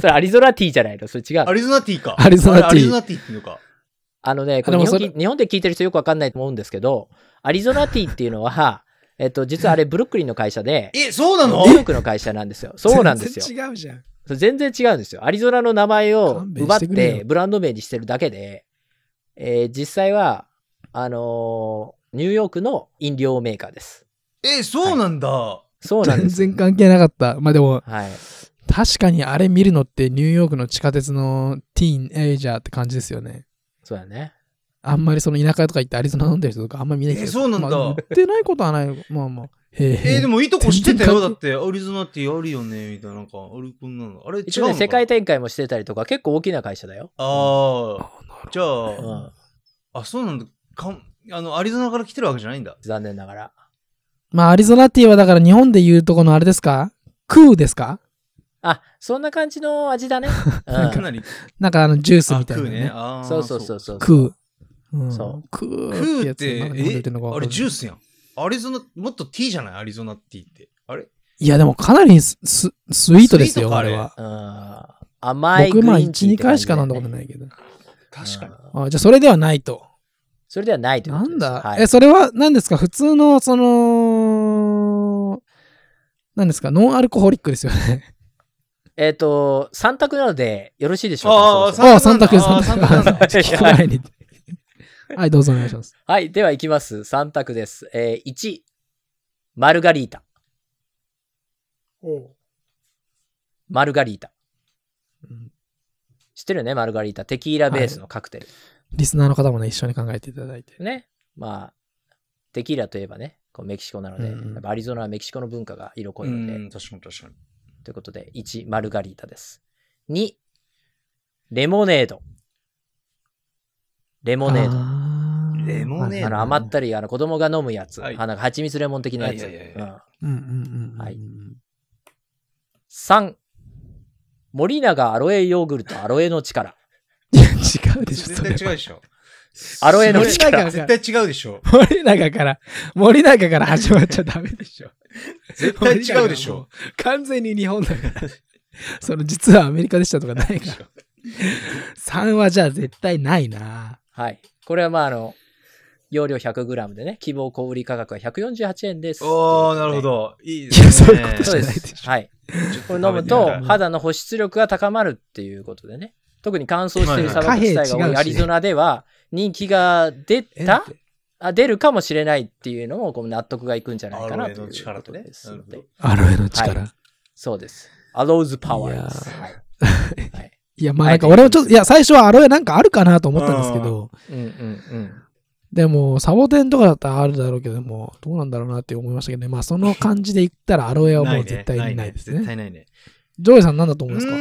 それアリゾナティーじゃないのそれ違うア。リゾナティーか。アリゾナティーあれアリゾナティーっていうのか。あのね、こでれも日本それき日本で聞いてる人よくわかんないと思うんですけど、アリゾナティーっていうのは、 えっと、実はあれブルックリンの会社で、え、そうなニのューヨークの会社なんですよ。そうなんですよ。全然違うじゃん。そう全然違うんですよ。アリゾナの名前を勘弁奪っしてくれてよブランド名にしてるだけで、えー実際は、あのーニューヨークの飲料メーカーです。え、そうなんだ。そうなん全です。然関係なかった。まあでも、はい。確かにあれ見るのってニューヨークの地下鉄のティーンエイジャーって感じですよね。そうだね。あんまりその田舎とか行ってアリゾナ飲んでる人とかあんまり見ないけど。えそうなんだまあ売ってないことはない。まあまあ。へえ。えーでもいいとこ知ってたよ。全然だ関って、アリゾナティーあるよね、みたいな。なんか、あれ、こんなの。あれ、違う一の応ね、か世界展開もしてたりとか、結構大きな会社だよ。ああなるあ、じゃうあ、ん。あ、そうなんだ。かんあの、アリゾナから来てるわけじゃないんだ。残念ながら。まあアリゾナティーはだから日本で言うとこのあれですかクーですかあ、そんな感じの 味だね。うかん。なり。なんかあのジュースあ、みたい食なうのねね。。あーそうそうそうそう。クー。うんそク食ーうやっつなてん、でなんで言ってんのかえ、わかんあなれいジュースやん。アリゾナ、もっとティーじゃないアリゾナティーって。あれいやでもかなりスススイートですよ、スイートかあれは。うん。甘い僕グリまあーンティー1、っ2て感回じしだかよね飲んだことないけど。確かに。うんあじゃあそれではないと。それではないというこなとでんすだ、はいえ、それは何ですか普通の、その、何ですかノンアルコホリックですよね。えっ、と、3択なので、よろしいでしょうかあーそろそろああ、三三択択なです、んだ三あー三択なんだ択。聞く前に。はい、どうぞお願いします。はい、では行きます。3択です。えー、1、マルガリータ。マルガリータ。うん知ってるよね、マルガリータ。テキーラベースのカクテル。リスナーの方もね、一緒に考えていただいて。ね。まあ、テキーラといえばね、こうメキシコなので、うんうんやっぱアリゾナはメキシコの文化が色濃いので、うん、確かに確かに。ということで、1、マルガリータです。2、レモネード。レモネード。あーレモネードあの甘ったり、あの子供が飲むやつ。はいあなんか蜂蜜レモン的なやつ。はいはいはいはいうんうんうんうんうん。はい3、森永アロエヨーグルト、アロエの力。いや、違うでしょ、絶そ対れ違は。うでしょ。アロエのそれ力絶対違うでしょ。森永から、森永から始まっちゃダメでしょ。絶対違うで しょ。完全に日本だから。その、実はアメリカでしたとかないから。3はじゃあ絶対ないな。はい。これはまあ、あの、容量 100g でね、希望小売価格は148円です。おー、なるほど。いいでいやすそうね。いうことそうでじゃないすで。しょはい。ちょっこと食べれ飲むてみとたい、肌の保湿力が高まるっていうことでね。特に乾燥してる砂漠地帯がはい多はいいアリゾナでは、人気が出えたあ出るかもしれないっていうのもこう納得がいくんじゃないかなアロエといのうこ力ととねですのなでるほ。アロエの力。はいそうです。アローズパワいやーーです。はい。はいいや、まあなんか俺もちょっと、いや、最初はアロエなんかあるかなと思ったんですけど、うんうんでも、サボテンとかだったらあるだろうけども、どうなんだろうなって思いましたけどね、まあその感じで言ったらアロエはもう絶対にないです絶ね。対ないね。ジョイさんなんだとう思いますかー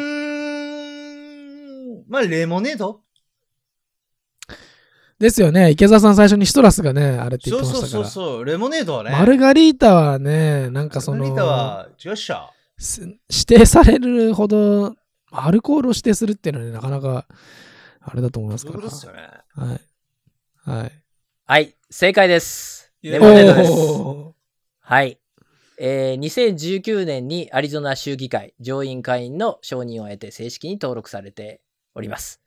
ん。まあ、レモネードですよね、池澤さん最初にシトラスがね、あれって言そっうてまそうしたかそうら。そう。レモネードはね。マルガリータはね、なんかそマルガリータの、は、違うっしょ。す指定されるほど、アルコールを指定するっていうのはね、なかなか、あれだと思いますそうかいうこら。とっすよね。はい。はい。はい、正解です。いレやモネードです。おーはい。えー2019年にアリゾナ州議会上院会員の承認を得て正式に登録されております。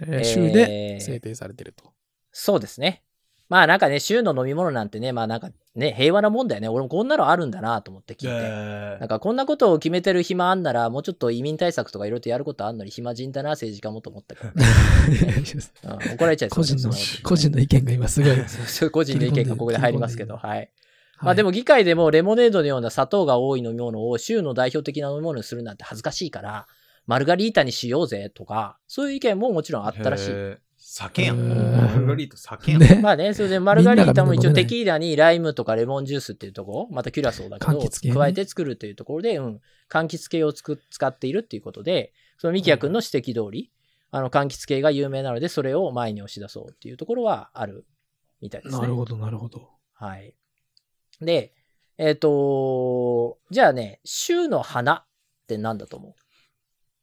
えー州で制定されてると。そうですね。まあなんかね、州の飲み物なんてね、まあなんかね、平和なもんだよね。俺もこんなのあるんだなと思って聞いて。えなんかこんなことを決めてる暇あんなら、もうちょっと移民対策とかいろいろとやることあんのに暇人だな、政治家もと思ったけど、うん怒られちゃい そ個うだ人ねのそんなこと聞くとね、個人の意見が今す ごい。そうそう 個人の意見がここで入りますけど、はい。まはあいでも議会でもレモネードのような砂糖が多い飲み物を州の代表的な飲み物にするなんて恥ずかしいから、マルガリータにしようぜとか、そういう意見ももちろんあったらしい。い。酒やへん。ーマルガリータ酒やん。ね、まあね、それでマルガリータもみん一ながみんな飲めな応いテキーラにライムとかレモンジュースっていうところ、またキュラソーだけ柑ど、橘系ね加えて作るというところで、うん、柑橘系をつく使っているっていうことで、そのミキヤ君の指摘通り、あの柑橘系が有名なので、それを前に押し出そうっていうところはあるみたいですね。なるほど、なるほど。はい。で、えっ、とじゃあね、週の花って何だと思う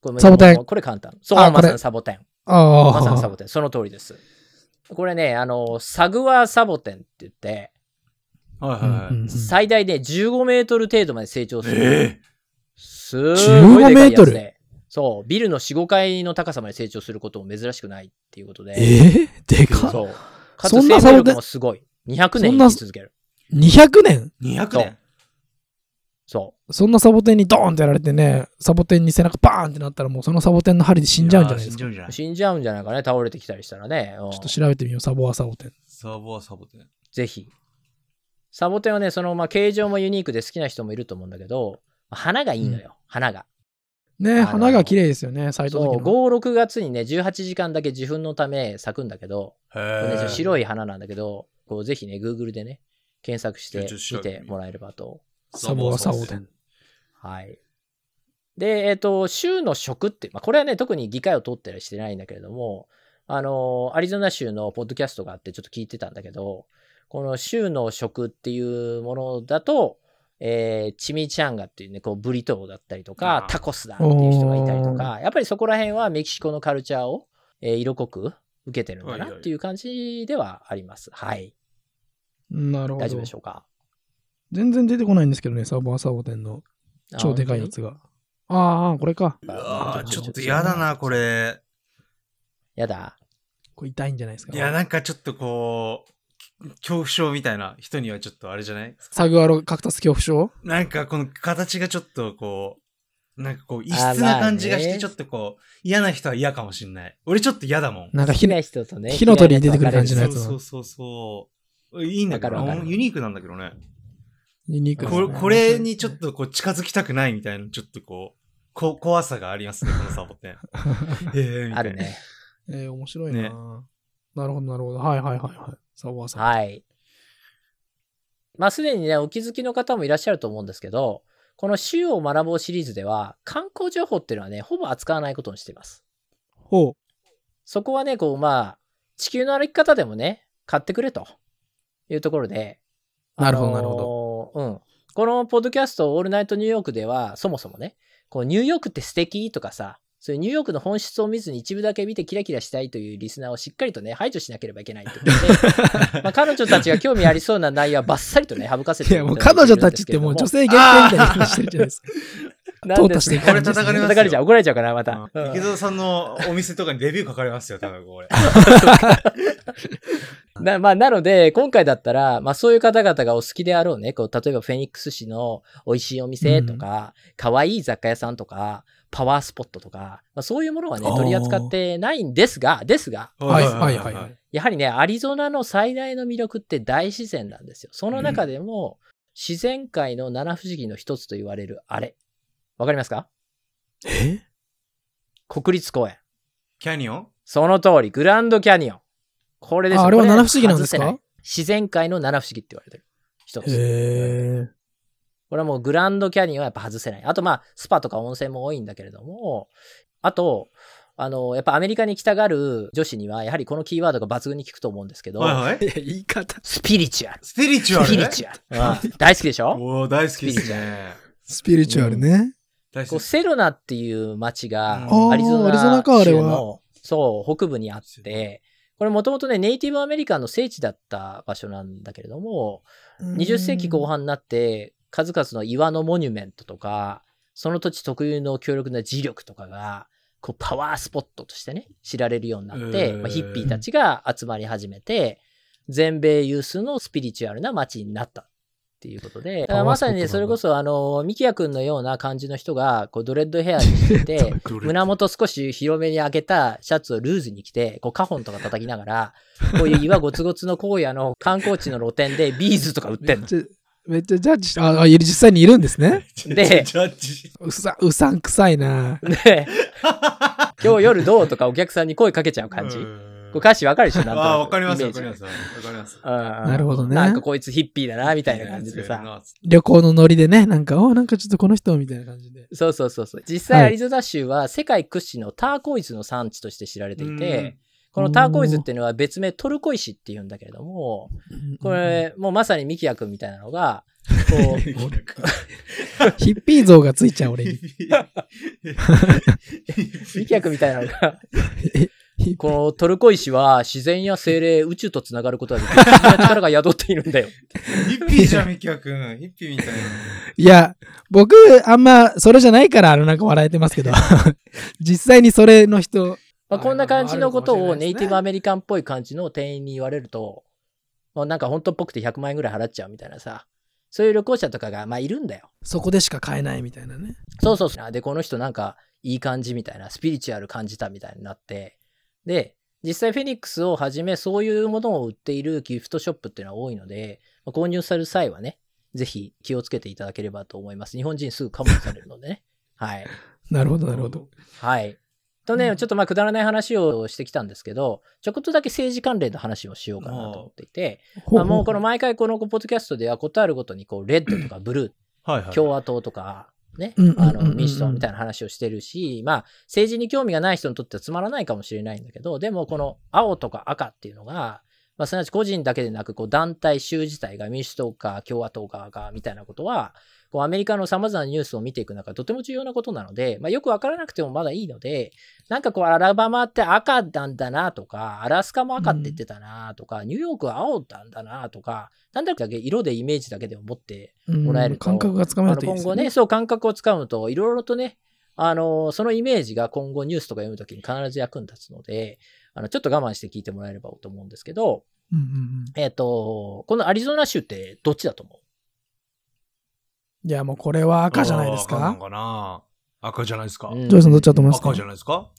これサボテンもうこれ簡単。そう、あまこされにサボテン。あまさにサあボ、テン。その通りです。これね、あの、サグワサボテンって言って、はういんはいはうんうい。ん最大ね、15メートル程度まで成長する。えすごいでかいやつ15メーで。そう、ビルの4、5階の高さまで成長することも珍しくないっていうことで。えーでかっそう。かそつん生なサボテ命ン力もすごい。200年そん生なき続ける。 !200 年え。200そう年。そう。そんなサボテンにドーンってやられてね、サボテンに背中バーンってなったらもうそのサボテンの針で死んじゃうんじゃないですか。ちやー死んじゃうんじゃない死んじゃうんじゃないかね、倒れてきたりしたらね。うんょっと調べてみよう、サボはサボテン。サボはサボテン。ぜひ。サボテンはね、その、まあ、形状もユニークで好きな人もいると思うんだけど、花がいいのよ、花が。ね、あの花が綺麗ですよね、サイトそう、的には。 5、6月にね、18時間だけ受粉のため咲くんだけど、へこれねぇ白い花なんだけど、こうぜひね、Google でね、検索しちょてちょちょ見てもらえればと。サボはサボテン。はい。で、えっ、と、州の食って、まあ、これはね、特に議会を通ったりしてないんだけれども、あの、アリゾナ州のポッドキャストがあって、ちょっと聞いてたんだけど、この州の食っていうものだと、えーチミチャンガっていうね、こう、ブリトーだったりとあかー、タコスだっていう人がいたりとか、やっぱりそこら辺はメキシコのカルチャーを、えー色濃く受けてるのかなっていう感じではあります。はい。なるほ大丈夫どでし。ょうか。全然出てこないんですけどね、サボはサボテンの超でかいやつが。ああ、これか。うわーちょっとやだな、これ。やだ。これ痛いんじゃないですか。いや、なんかちょっとこう、恐怖症みたいな人にはちょっとあれじゃないサグアロカクタス恐怖症なんかこの形がちょっとこう、なんかこう異質あまあなね感じがして、ちょっとこう、嫌な人は嫌かもしんない。俺ちょっと嫌だもん。なんか好きひなね、人とね、火の鳥に出てくる嫌感いなじ人のそやうつはそうそうそう。いいんだけどわかるわか、るユニークなんだけどね。ユニークですねここれにちょっ。とこう近づきたくないみたいな、ちょっとこう、こ怖さがありますね、このサボ テン。ええみたいなあるね。えー、面白いな、ねなるほど、なるほど。はいはいはいはい。サボワさん。はい。まあ、すでにね、お気づきの方もいらっしゃると思うんですけど、この週を学ぼうシリーズでは、観光情報っていうのはね、ほぼ扱わないことにしています。ほう。そこはね、こう、まあ、地球の歩き方でもね、買ってくれというところで。なるほどなあのーるほうん。このポッドキャスト、オールナイトニューヨークでは、そもそもね、こう、ニューヨークって素敵とかさ、そういうニューヨークの本質を見ずに一部だけ見てキラキラしたいというリスナーをしっかりとね、排除しなければいけないってこと で、まあ彼女たちが興味ありそうな内容はバッサリとね、省かせいていや、もう彼女たちってもう女性限定みたいな話してるじゃない ですか。なんで淘汰していく感じですね叩かれますよ叩かれちゃう、怒られちゃうかな、また。うん池澤さんのお店とかにレビュー書かれますよ、多分これ。 な、まあ、なので、今回だったら、まあ、そういう方々がお好きであろうね、こう、例えばフェニックス市の美味しいお店とか、可愛い雑貨屋さんとか、パワースポットとか、まあ、そういうものはね、あー取り扱ってないんですが、ですが、はいはいはいはい。やはりね、アリゾナの最大の魅力って大自然なんですよ。その中でも、自然界の七不思議の一つと言われるあれ。わかりますかえ国立公園。キャニオンその通り、グランドキャニオン。これですよああれはこ七不思議なんですか外せい自然界の七不思議って言われてる。一つ。へえ。これはもうグランドキャニオンはやっぱ外せない。あとまあ、スパとか温泉も多いんだけれども、あと、あの、やっぱアメリカに来たがる女子には、やはりこのキーワードが抜群に効くと思うんですけど、はいはい。言い方。スピリチュアル。スピリチュアスルピねリチュアル。うん大好きでし ょおー大好きですね。スピリチュアルね。大好こきうセロナっていう街が、うんアリゾああ、アリゾナナか、あれ州は。の、そう、北部にあって、これもともとね、ネイティブアメリカンの聖地だった場所なんだけれども、20世紀後半になって数々の岩のモニュメントとかその土地特有の強力な磁力とかがこうパワースポットとしてね知られるようになって、うんまあ、ヒッピーたちが集まり始めて全米有数のスピリチュアルな街になったっていうことでだからまさにねパそワれーこスそあのミキヤ君のような感じの人がこうドレッドヘアにしててどれ胸元少し広めに上げたシャツをルーズに着て、こう、カホンとか叩きながら、こういう岩ごつごつの荒野の観光地の露店でビーズとか売ってんめっの。ちゃめっちゃジャッジして、あ、あいる実際にいるんですね。でジャッジ。うさ、うさんくさいな。で、今日夜どうとかお客さんに声かけちゃう感じ。こう歌詞わかるでしょなんとなくああー、わかります、イわメーかジります。わかります。うんなるほどねなんかこいつヒッピーだな、みたいな感じでさ。さ。旅行のノリでね、なんか、おなんかちょっとこの人みたいな感じで。そうそうそうそう。実際はいアリゾナ州は世界屈指のターコイズの産地として知られていうんて、このターコイズっていうのは別名トルコ石っていうんだけれども、これ、もうまさにミキヤ君みたいなのが、こ う、うん、ヒッピー像がついちゃう、俺に。ミキヤ君みたいなのが、ヒッピこのトルコ石は自然や精霊、宇宙とつながることができる不思議な力が宿っているんだよ。ヒッピーじゃん、ミキヤ君。ヒッピーみたいいや、僕、あんま、それじゃないから、あの、なんか笑えてます けど、実際にそれの人、まあ、こんな感じのことあをるかもしれなネいですねイティブアメリカンっぽい感じの店員に言われると、まあ、なんか本当っぽくて100万円ぐらい払っちゃうみたいなさ、そういう旅行者とかがまあいるんだよ。そこでしか買えないみたいなね。そうそうそう。で、この人なんかいい感じみたいな、スピリチュアル感じたみたいになって、で、実際フェニックスをはじめそういうものを売っているギフトショップっていうのは多いので、まあ購入される際はね、ぜひ気をつけていただければと思います。日本人すぐカモにされるのでね。はい。なるほど、な。なるほど。。はい。とね、ちょっとまあくだらない話をしてきたんですけど、ちょこっとだけ政治関連の話をしようかなと思っていて、まあ、もうこの毎回このポッドキャストではことあるごとにこう、レッド とかブルーはいはい。共和党とか、ねうんうん、うんうあんの民主党みたいな話をしてるし、まあ、政治に興味がない人にとってはつまらないかもしれないんだけど、でもこの青とか赤っていうのが、まあ、すなわち個人だけでなく、こう団体、州自体が民主党か共和党かがみたいなことは、こうアメリカの様々なニュースを見ていく中、とても重要なことなので、まあ、よくわからなくてもまだいいので、なんかこう、アラバマって赤なんだなとか、アラスカも赤って言ってたなとか、ニューヨークは青なんだなとか、なんだか色でイメージだけでも持って、うん、もらえると感覚がつかめるあのといいで今すよ後ね、そう感覚をつかむと、いろいろとね、あのそのイメージが今後ニュースとか読むときに必ず役に立つので、あのちょっと我慢して聞いてもらえればと思うんですけど、うんうんうんえっ、と、このアリゾナ州ってどっちだと思ういや、もうこれは赤じゃないですあー赤かなの。かな赤じゃないですか。うんジョイさんどっちだと思いますか赤じゃないですか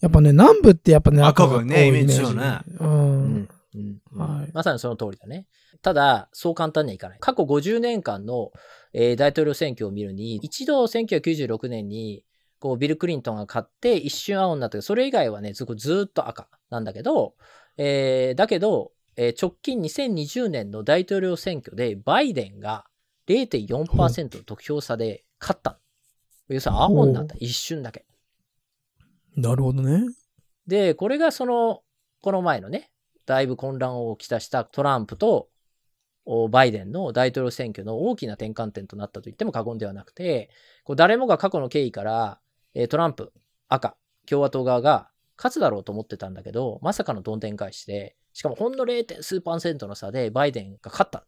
やっぱね、南部ってやっぱね、赤多がいねイメージイメージよねううんん。うんはいまさにその通りだね。ただ、そう簡単にはいかない。過去50年間の、えー大統領選挙を見るに、一度1996年にこうビル・クリントンが勝って一瞬青になったけど、それ以外はね、ずずーっと赤なんだけど、えーだけど、えー直近2020年の大統領選挙で、バイデンが0.4%の得票差で勝った。要するに青になった。一瞬だけ。なるほどね。で、これがその、この前のね、だいぶ混乱をきたしたトランプとおバイデンの大統領選挙の大きな転換点となったと言っても過言ではなくて、こう誰もが過去の経緯から、えートランプ、赤、共和党側が勝つだろうと思ってたんだけど、まさかのどんでん返しで、しかもほんの 0. 点数パーセントの差でバイデンが勝ったっ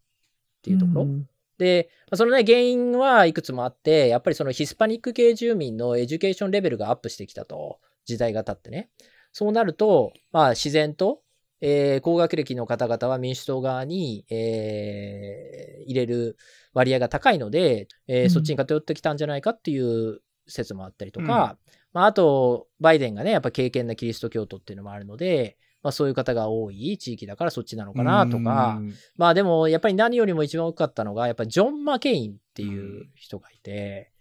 ていうところ。んで、まあそのね、原因はいくつもあって、やっぱりそのヒスパニック系住民のエデュケーションレベルがアップしてきたと、時代が経ってね。そうなると、まあ自然と、えー高学歴の方々は民主党側に、えー入れる割合が高いので、えーうんそっちに偏ってきたんじゃないかっていう説もあったりとか、まあ、あと、バイデンがね、やっぱ敬虔なキリスト教徒っていうのもあるので、まあそういう方が多い地域だからそっちなのかなとかう、ん、まあでもやっぱり何よりも一番大きかったのが、やっぱりジョン・マケインっていう人がいて、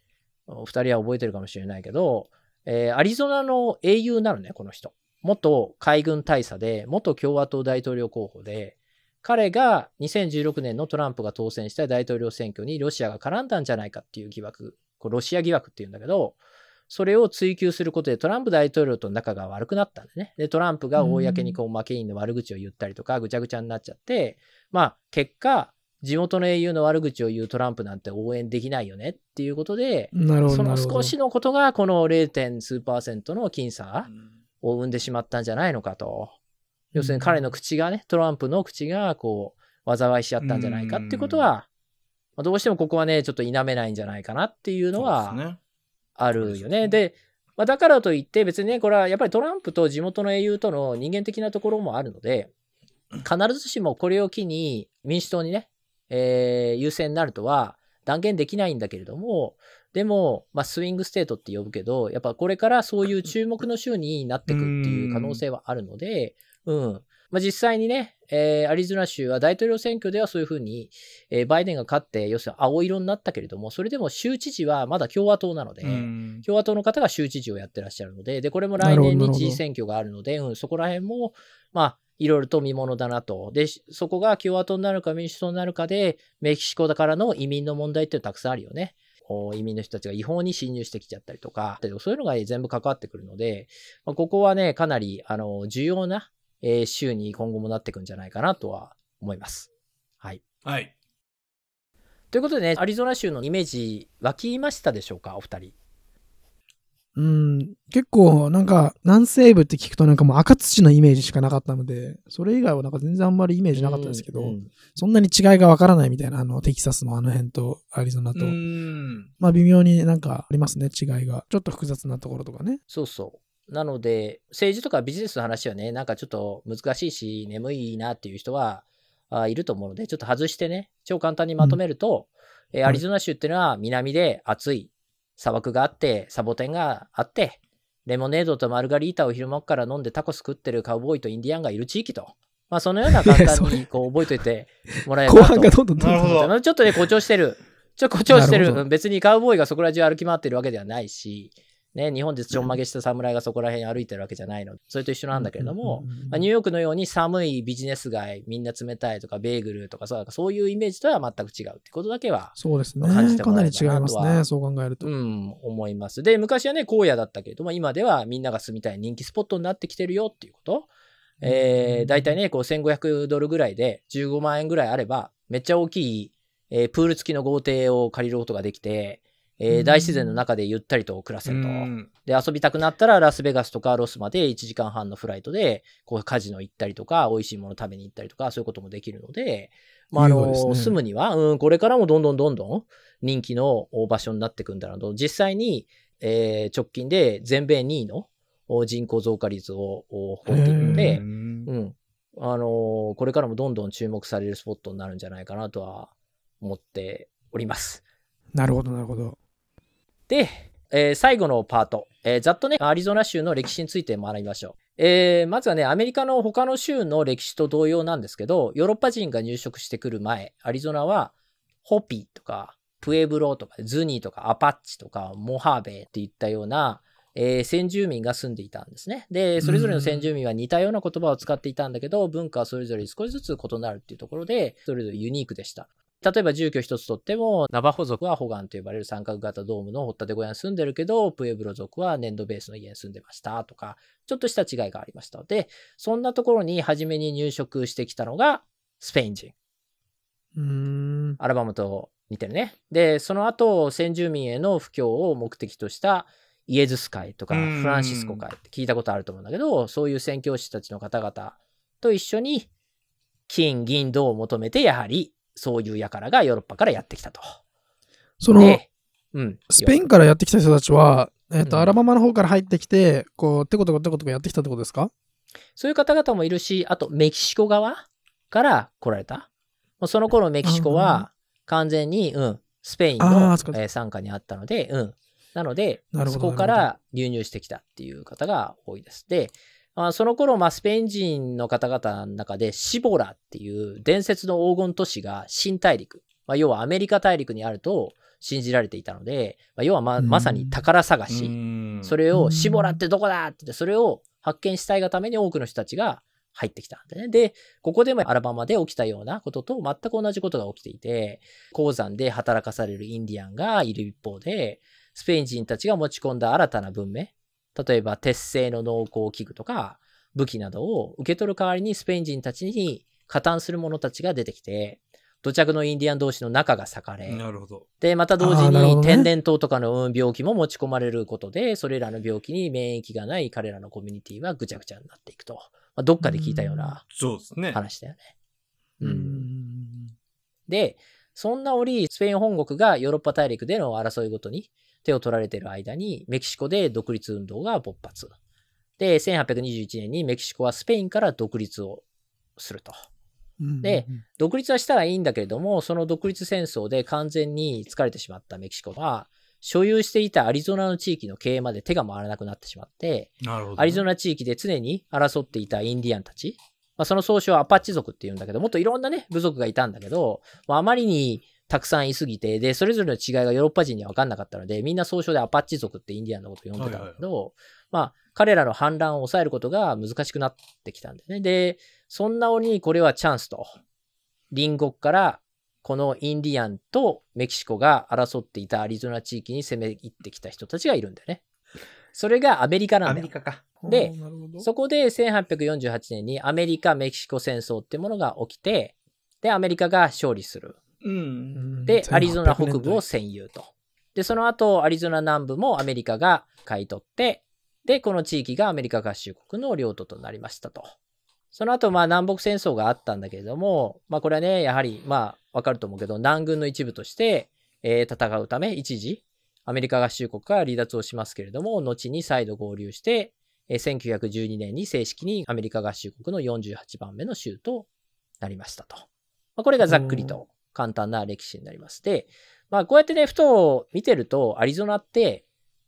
お二人は覚えてるかもしれないけど、えーアリゾナの英雄なのね、この人。元海軍大佐で、元共和党大統領候補で、彼が2016年のトランプが当選した大統領選挙にロシアが絡んだんじゃないかっていう疑惑、こうロシア疑惑っていうんだけど、それを追及することでトランプ大統領と仲が悪くなったんだね。で、トランプが公にこうマケインの悪口を言ったりとか、ぐちゃぐちゃになっちゃって、まあ、結果、地元の英雄の悪口を言うトランプなんて応援できないよねっていうことで、なるほそど。なのるほど少しのことがこの 0. 点数パーセントの僅差を生んでしまったんじゃないのかと。要するに彼の口がね、トランプの口がこう、災いしちゃったんじゃないかってことは、まあどうしてもここはね、ちょっと否めないんじゃないかなっていうのは、そうですねあるよね。そうで、まあ、だからといって別にね、これはやっぱりトランプと地元の英雄との人間的なところもあるので、必ずしもこれを機に民主党にね、えー優勢になるとは断言できないんだけれども、でも、まあ、スイングステートって呼ぶけど、やっぱこれからそういう注目の州になってくっていう可能性はあるので、うん。まあ、実際にね、えーアリゾナ州は大統領選挙ではそういうふうに、えーバイデンが勝って、要するに青色になったけれども、それでも州知事はまだ共和党なので、うん共和党の方が州知事をやってらっしゃるので、で、これも来年に知事選挙があるので、うん、そこら辺も、まあ、いろいろと見ものだなと。で、しそこが共和党になるか民主党になるかで、メキシコだからの移民の問題ってたくさんあるよね。こう移民の人たちが違法に侵入してきちゃったりとか、でそういうのが全部関わってくるので、まあ、ここはね、かなり、あの、重要な、えー州に今後もなっていくんじゃないかなとは思います。はい。はい。ということでね、アリゾナ州のイメージ、湧きましたでしょうか、お二人。うん、結構なんか南西部って聞くとなんかもう赤土のイメージしかなかったので、それ以外はなんか全然あんまりイメージなかったですけど、うんうんそんなに違いがわからないみたいな、あの、テキサスのあの辺とアリゾナと、うんまあ微妙になんかありますね、違いが。ちょっと複雑なところとかね。そうそう。なので、政治とかビジネスの話はね、なんかちょっと難しいし、眠いなっていう人はあいると思うので、ちょっと外してね、超簡単にまとめると、えーはいアリゾナ州っていうのは南で暑い砂漠があって、サボテンがあって、レモネードとマルガリータを昼間から飲んでタコス食ってるカウボーイとインディアンがいる地域と。まあ、そのような簡そ単れにこう覚えといてもらえ れ後ば半とがどんどんどんなるどほん。ど。ちょっとね、誇張し てる。ちょっと誇張してなるるほどうん別にカウボーイがそこら中歩き回ってるわけではないし、ね、日本でちょんまげした侍がそこら辺歩いてるわけじゃないので、それと一緒なんだけれども、うんうんうんうんまあニューヨークのように寒いビジネス街、みんな冷たいとか、ベーグルとかそうそういうイメージとは全く違うってことだけは、そうですね。感じてかもならえりれば違いますあとね、はそう考えると。うん、思います。で、昔はね、荒野だったけれども、今ではみんなが住みたい人気スポットになってきてるよっていうこと。えー、大体ね、こう1500ドルぐらいで15万円ぐらいあれば、めっちゃ大きい、えープール付きの豪邸を借りることができて、えうーん大自然の中でゆったりと暮らせると。うんで、遊びたくなったらラスベガスとかロスまで1時間半のフライトで、こうカジノ行ったりとか、美味しいもの食べに行ったりとか、そういうこともできるので、まあ、あいいわの、けですね住むには、うん、これからもどんどんどんどん人気の場所になっていくんだなと、実際に、えー直近で全米2位のお人口増加率をお誇っているのへでー、うん。あのーこれからもどんどん注目されるスポットになるんじゃないかなとは思っております。なるほど、なるほど。で、えー最後のパート、えーざっとね、アリゾナ州の歴史について学びましょう。えーまずはね、アメリカの他の州の歴史と同様なんですけど、ヨーロッパ人が入植してくる前、アリゾナは、ホピーとか、プエブロとか、ズニーとか、アパッチとか、モハーベっていったような、えー先住民が住んでいたんですね。で、それぞれの先住民は似たような言葉を使っていたんだけど、文化はそれぞれ少しずつ異なるっていうところで、それぞれユニークでした。例えば住居一つとっても、ナバホ族はホガンと呼ばれる三角型ドームの掘ったて小屋に住んでるけど、プエブロ族は粘土ベースの家に住んでましたとか、ちょっとした違いがありました。で、そんなところに初めに入植してきたのがスペイン人。うーん。アラバマと似てるね。で、その後、先住民への布教を目的としたイエズス会とかうんフランシスコ会って聞いたことあると思うんだけど、そういう宣教師たちの方々と一緒に金、銀、銅を求めて、やはりそういう輩がヨーロッパからやってきたと。その、で、うん、スペインからやってきた人たちは、えっうと、んアラバマの方から入ってきて、こう、てことこてことこやってきたってことですかそういう方々もいるし、あとメキシコ側から来られた。もうその頃メキシコは完全に、うん、スペインのあーそっかえー傘下にあったので、うん。なのでなる、ほそどこかなるら流入してきたっていう方が多いです。で、あその頃、まあ、スペイン人の方々の中で、シボラっていう伝説の黄金都市が新大陸、まあ、要はアメリカ大陸にあると信じられていたので、まあ、要はまあうんまさに宝探し、んそれうを、んシボラってどこだって言って、それを発見したいがために多くの人たちが入ってきたんでね。で、ここでもアラバマで起きたようなことと全く同じことが起きていて、鉱山で働かされるインディアンがいる一方で、スペイン人たちが持ち込んだ新たな文明、例えば鉄製の農耕器具とか武器などを受け取る代わりにスペイン人たちに加担する者たちが出てきて、土着のインディアン同士の仲が裂かれ、なるほど。で、また同あ時ーなるほどにね天然痘とかの病気も持ち込まれることで、それらの病気に免疫がない彼らのコミュニティはぐちゃぐちゃになっていくと。まあ、どっかで聞いたようなそうですね。話だよね。ううんん。で、そんな折、スペイン本国がヨーロッパ大陸での争いごとに手を取られている間に、メキシコで独立運動が勃発。で、1821年にメキシコはスペインから独立をすると。で独立はしたらいいんだけれども、その独立戦争で完全に疲れてしまったメキシコは、所有していたアリゾナの地域の経営まで手が回らなくなってしまって、なるほど。アリゾナ地域で常に争っていたインディアンたち、まあ、その総称はアパッチ族っていうんだけど、もっといろんなね、部族がいたんだけど、まああまりにたくさんいすぎて、で、それぞれの違いがヨーロッパ人には分かんなかったので、みんな総称でアパッチ族ってインディアンのことを呼んでたんだけど、まあ、彼らの反乱を抑えることが難しくなってきたんだよね。で、そんな折にこれはチャンスと、隣国からこのインディアンとメキシコが争っていたアリゾナ地域に攻め入ってきた人たちがいるんだよね。それがアメリカなんだアメよ。リカか。であー、なるほどそこで1848年にアメリカ・メキシコ戦争ってものが起きて、で、アメリカが勝利する。う。うんんで、アリゾナ北部を1800占有と。で、その後、アリゾナ南部もアメリカが買い取って、で、この地域がアメリカ合衆国の領土となりましたと。その後、まあ、南北戦争があったんだけれども、まあ、これはね、やはり、まあ、わかると思うけど、南軍の一部として、えー戦うため、一時、アメリカ合衆国から離脱をしますけれども、後に再度合流して、えー1912年に正式にアメリカ合衆国の48番目の州となりましたと。まあ、これがざっくりと簡単な歴史になります。で、まあ、こうやってね、ふと見てると、アリゾナって、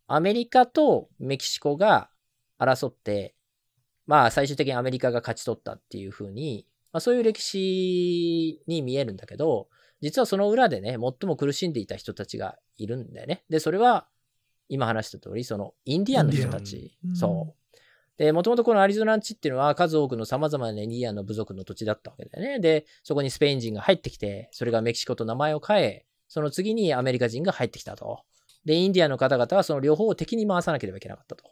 アメリカとメキシコが争って、まあ、最終的にアメリカが勝ち取ったっていう風に、まあ、そういう歴史に見えるんだけど、実はその裏でね、最も苦しんでいた人たちがいるんだよね。で、それは、今話した通り、その、インディアンの人たちインディアンう。んそう。で、もともとこのアリゾナ地っていうのは数多くの様々なインディアンの部族の土地だったわけだよね。で、そこにスペイン人が入ってきて、それがメキシコと名前を変え、その次にアメリカ人が入ってきたと。で、インディアンの方々はその両方を敵に回さなければいけなかったと。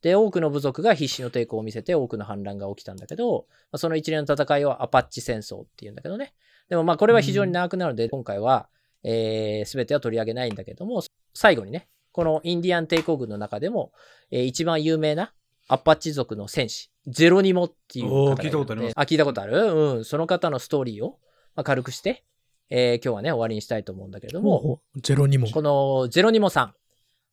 で、多くの部族が必死の抵抗を見せて多くの反乱が起きたんだけど、まあその一連の戦いをアパッチ戦争っていうんだけどね。でもまあこれは非常に長くなるので、今回は、えー、全ては取り上げないんだけども、最後にね、このインディアン帝国軍の中でも、えー一番有名なアパッチ族の戦士、ゼロニモっていう方がるのでおー聞いたことありますあ、聞いたことあるうん。その方のストーリーを、まあ、軽くして、えー今日はね、終わりにしたいと思うんだけれどほも、うほうゼロにも。このゼロニモさん、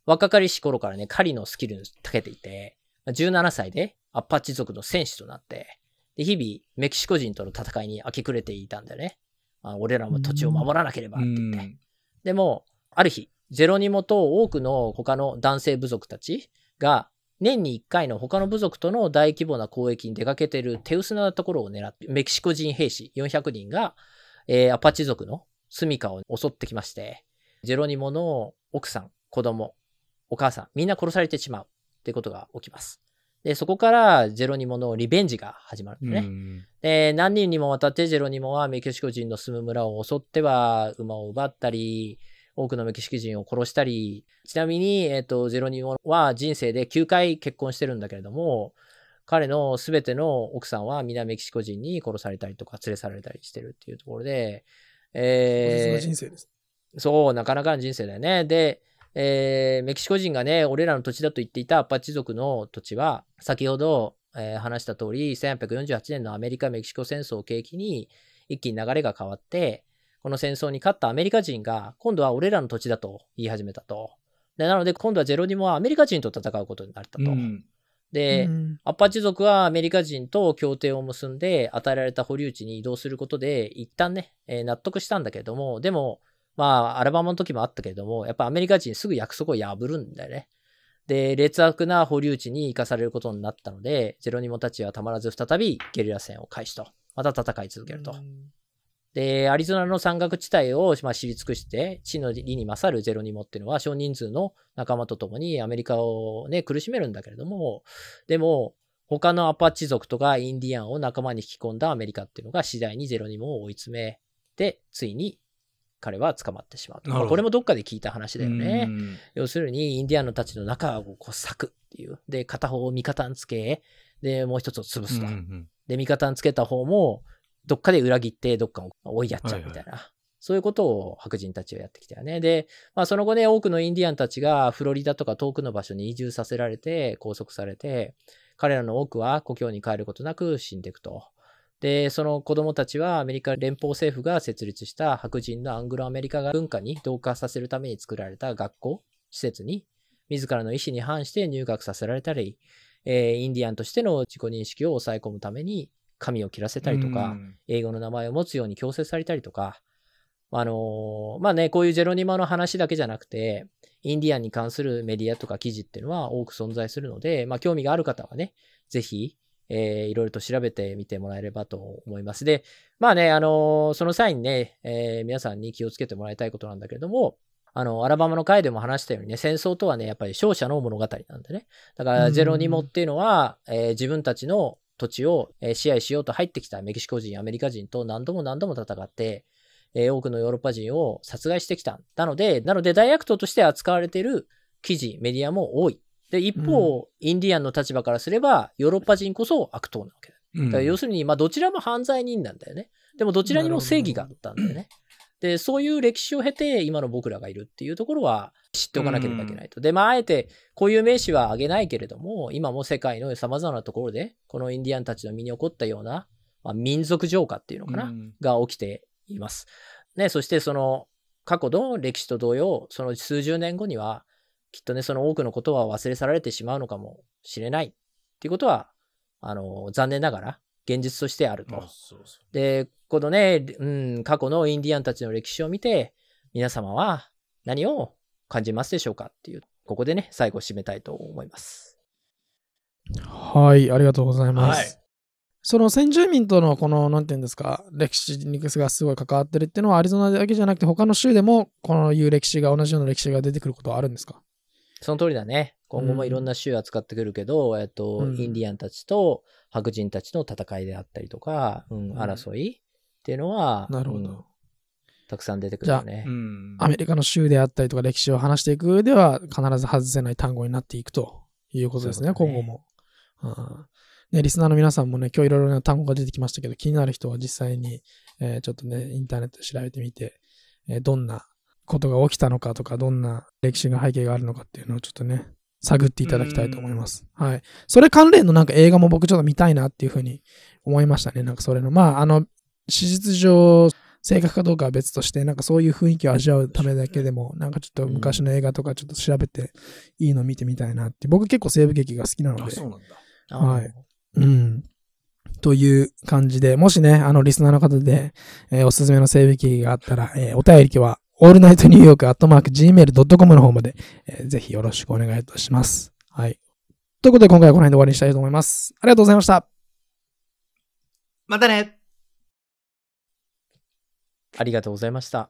若かりし頃からね、狩りのスキルに長けていて、17歳でアッパッチ族の戦士となって、で日々メキシコ人との戦いに明け暮れていたんだよね。あ俺らも土地を守らなければうって言んって。でも、ある日、ゼロニモと多くの他の男性部族たちが、年に1回の他の部族との大規模な交易に出かけている手薄なところを狙って、メキシコ人兵士400人が、えーアパッチ族の住処を襲ってきまして、ゼロニモの奥さん、子供、お母さん、みんな殺されてしまうってことが起きます。で、そこからゼロニモのリベンジが始まるんだうね。んで、何人にもわたってジェロニモはメキシコ人の住む村を襲っては馬を奪ったり、多くのメキシコ人を殺したり、ちなみに、えっ、と、ジェロニモは人生で9回結婚してるんだけれども、彼の全ての奥さんは皆メキシコ人に殺されたりとか連れ去られたりしてるっていうところで、私えのー人生です。そう、なかなかの人生だよね。で、えーメキシコ人がね、俺らの土地だと言っていたアッパッチ族の土地は、先ほど、えー話した通り、1848年のアメリカ・メキシコ戦争を契機に、一気に流れが変わって、この戦争に勝ったアメリカ人が、今度は俺らの土地だと言い始めたと。でなので、今度はゼロニモはアメリカ人と戦うことになったと。うんで、うんアッパッチ族はアメリカ人と協定を結んで与えられた保留地に移動することで一旦ね、えー納得したんだけれども、でも、まあ、アラバマの時もあったけれども、やっぱアメリカ人すぐ約束を破るんだよね。で、劣悪な保留地に生かされることになったので、ジェロニモたちはたまらず再びゲリラ戦を開始と。また戦い続けると。で、アリゾナの山岳地帯を、まあ、知り尽くして、地の利に勝るゼロニモっていうのは少人数の仲間と共にアメリカをね、苦しめるんだけれども、でも、他のアパッチ族とかインディアンを仲間に引き込んだアメリカっていうのが次第にゼロニモを追い詰めて、ついに彼は捕まってしまうと。なるほどまあこれもどっかで聞いた話だよね。うん要するにインディアンのたちの中をこう裂くっていう。で、片方を味方につけ、で、もう一つを潰すと。うんうんで、味方につけた方も、どっかで裏切って、どっかを追いやっちゃうみたいな。そういうことを白人たちはやってきたよね。で、まあその後ね、多くのインディアンたちがフロリダとか遠くの場所に移住させられて、拘束されて、彼らの多くは故郷に帰ることなく死んでいくと。で、その子供たちはアメリカ連邦政府が設立した白人のアングロアメリカ文化に同化させるために作られた学校、施設に、自らの意思に反して入学させられたり、えーインディアンとしての自己認識を抑え込むために髪を切らせたりとか、うん英語の名前を持つように強制されたりとか、あのーまあね、こういうジェロニマの話だけじゃなくて、インディアンに関するメディアとか記事っていうのは多く存在するので、まあ興味がある方はね、ぜひ、えーいろいろと調べてみてもらえればと思います。で、まあね、あのーその際にね、えー皆さんに気をつけてもらいたいことなんだけれども、あの、アラバマの回でも話したようにね、戦争とはね、やっぱり勝者の物語なんでね。だかうら、んゼロニモっていうのは、えー自分たちの土地を、えー支配しようと入ってきたメキシコ人、アメリカ人と何度も何度も戦って、えー多くのヨーロッパ人を殺害してきた。なので、なので大悪党として扱われている記事、メディアも多い。で、一方、インディアンの立場からすれば、ヨーロッパ人こそ悪党なわけだ。うんだから要するに、まあ、どちらも犯罪人なんだよね。でも、どちらにも正義があったんだよね。で、そういう歴史を経て、今の僕らがいるっていうところは知っておかなければいけないと。で、まあ、あえて、こういう名詞は挙げないけれども、今も世界の様々なところで、このインディアンたちの身に起こったような、まあ、民族浄化っていうのかな。うんが起きています。ね、そしてその過去の歴史と同様、その数十年後には、きっとね、その多くのことは忘れ去られてしまうのかもしれないっていうことは、あの、残念ながら現実としてあるとあ。そうそで、このね、うん、過去のインディアンたちの歴史を見て、皆様は何を感じますでしょうかっていう、ここでね、最後締めたいと思います。はい、ありがとうございうます。はい。その先住民とのこの、なんていうんですか、歴史にがすごい関わってるっていうのは、アリゾナだけじゃなくて、他の州でも、このいう歴史が、同じような歴史が出てくることはあるんですかその通りだね。今後もうんいろんな州扱ってくるけど、えっと、うんインディアンたちと白人たちの戦いであったりとか、うん、うん争いっていうのは、なるほどうんたくさん出てくるよねう。んアメリカの州であったりとか、歴史を話していく上では、必ず外せない単語になっていくということですね、そうだ今ね後も。うんね、リスナーの皆さんもね、今日いろいろな単語が出てきましたけど、気になる人は実際に、えーちょっとね、インターネットで調べてみて、えーどんなことが起きたのかとか、どんな歴史が背景があるのかっていうのをちょっとね、探っていただきたいと思います。はい。それ関連のなんか映画も僕ちょっと見たいなっていうふうに思いましたね。なんかそれの、まあ、あの、史実上、正確かどうかは別として、なんかそういう雰囲気を味わうためだけでも、なんかちょっと昔の映画とかちょっと調べて、いいの見てみたいなって。僕結構西部劇が好きなのあで。そうなんだ。あはいうん。という感じで、もしね、あの、リスナーの方で、えーおすすめの整備機があったら、えーお便りは、オールナイトニューヨークアットマーク Gmail.com の方まで、えーぜひよろしくお願いいたします。はい。ということで、今回はこの辺で終わりにしたいと思います。ありがとうございました。またねありがとうございました。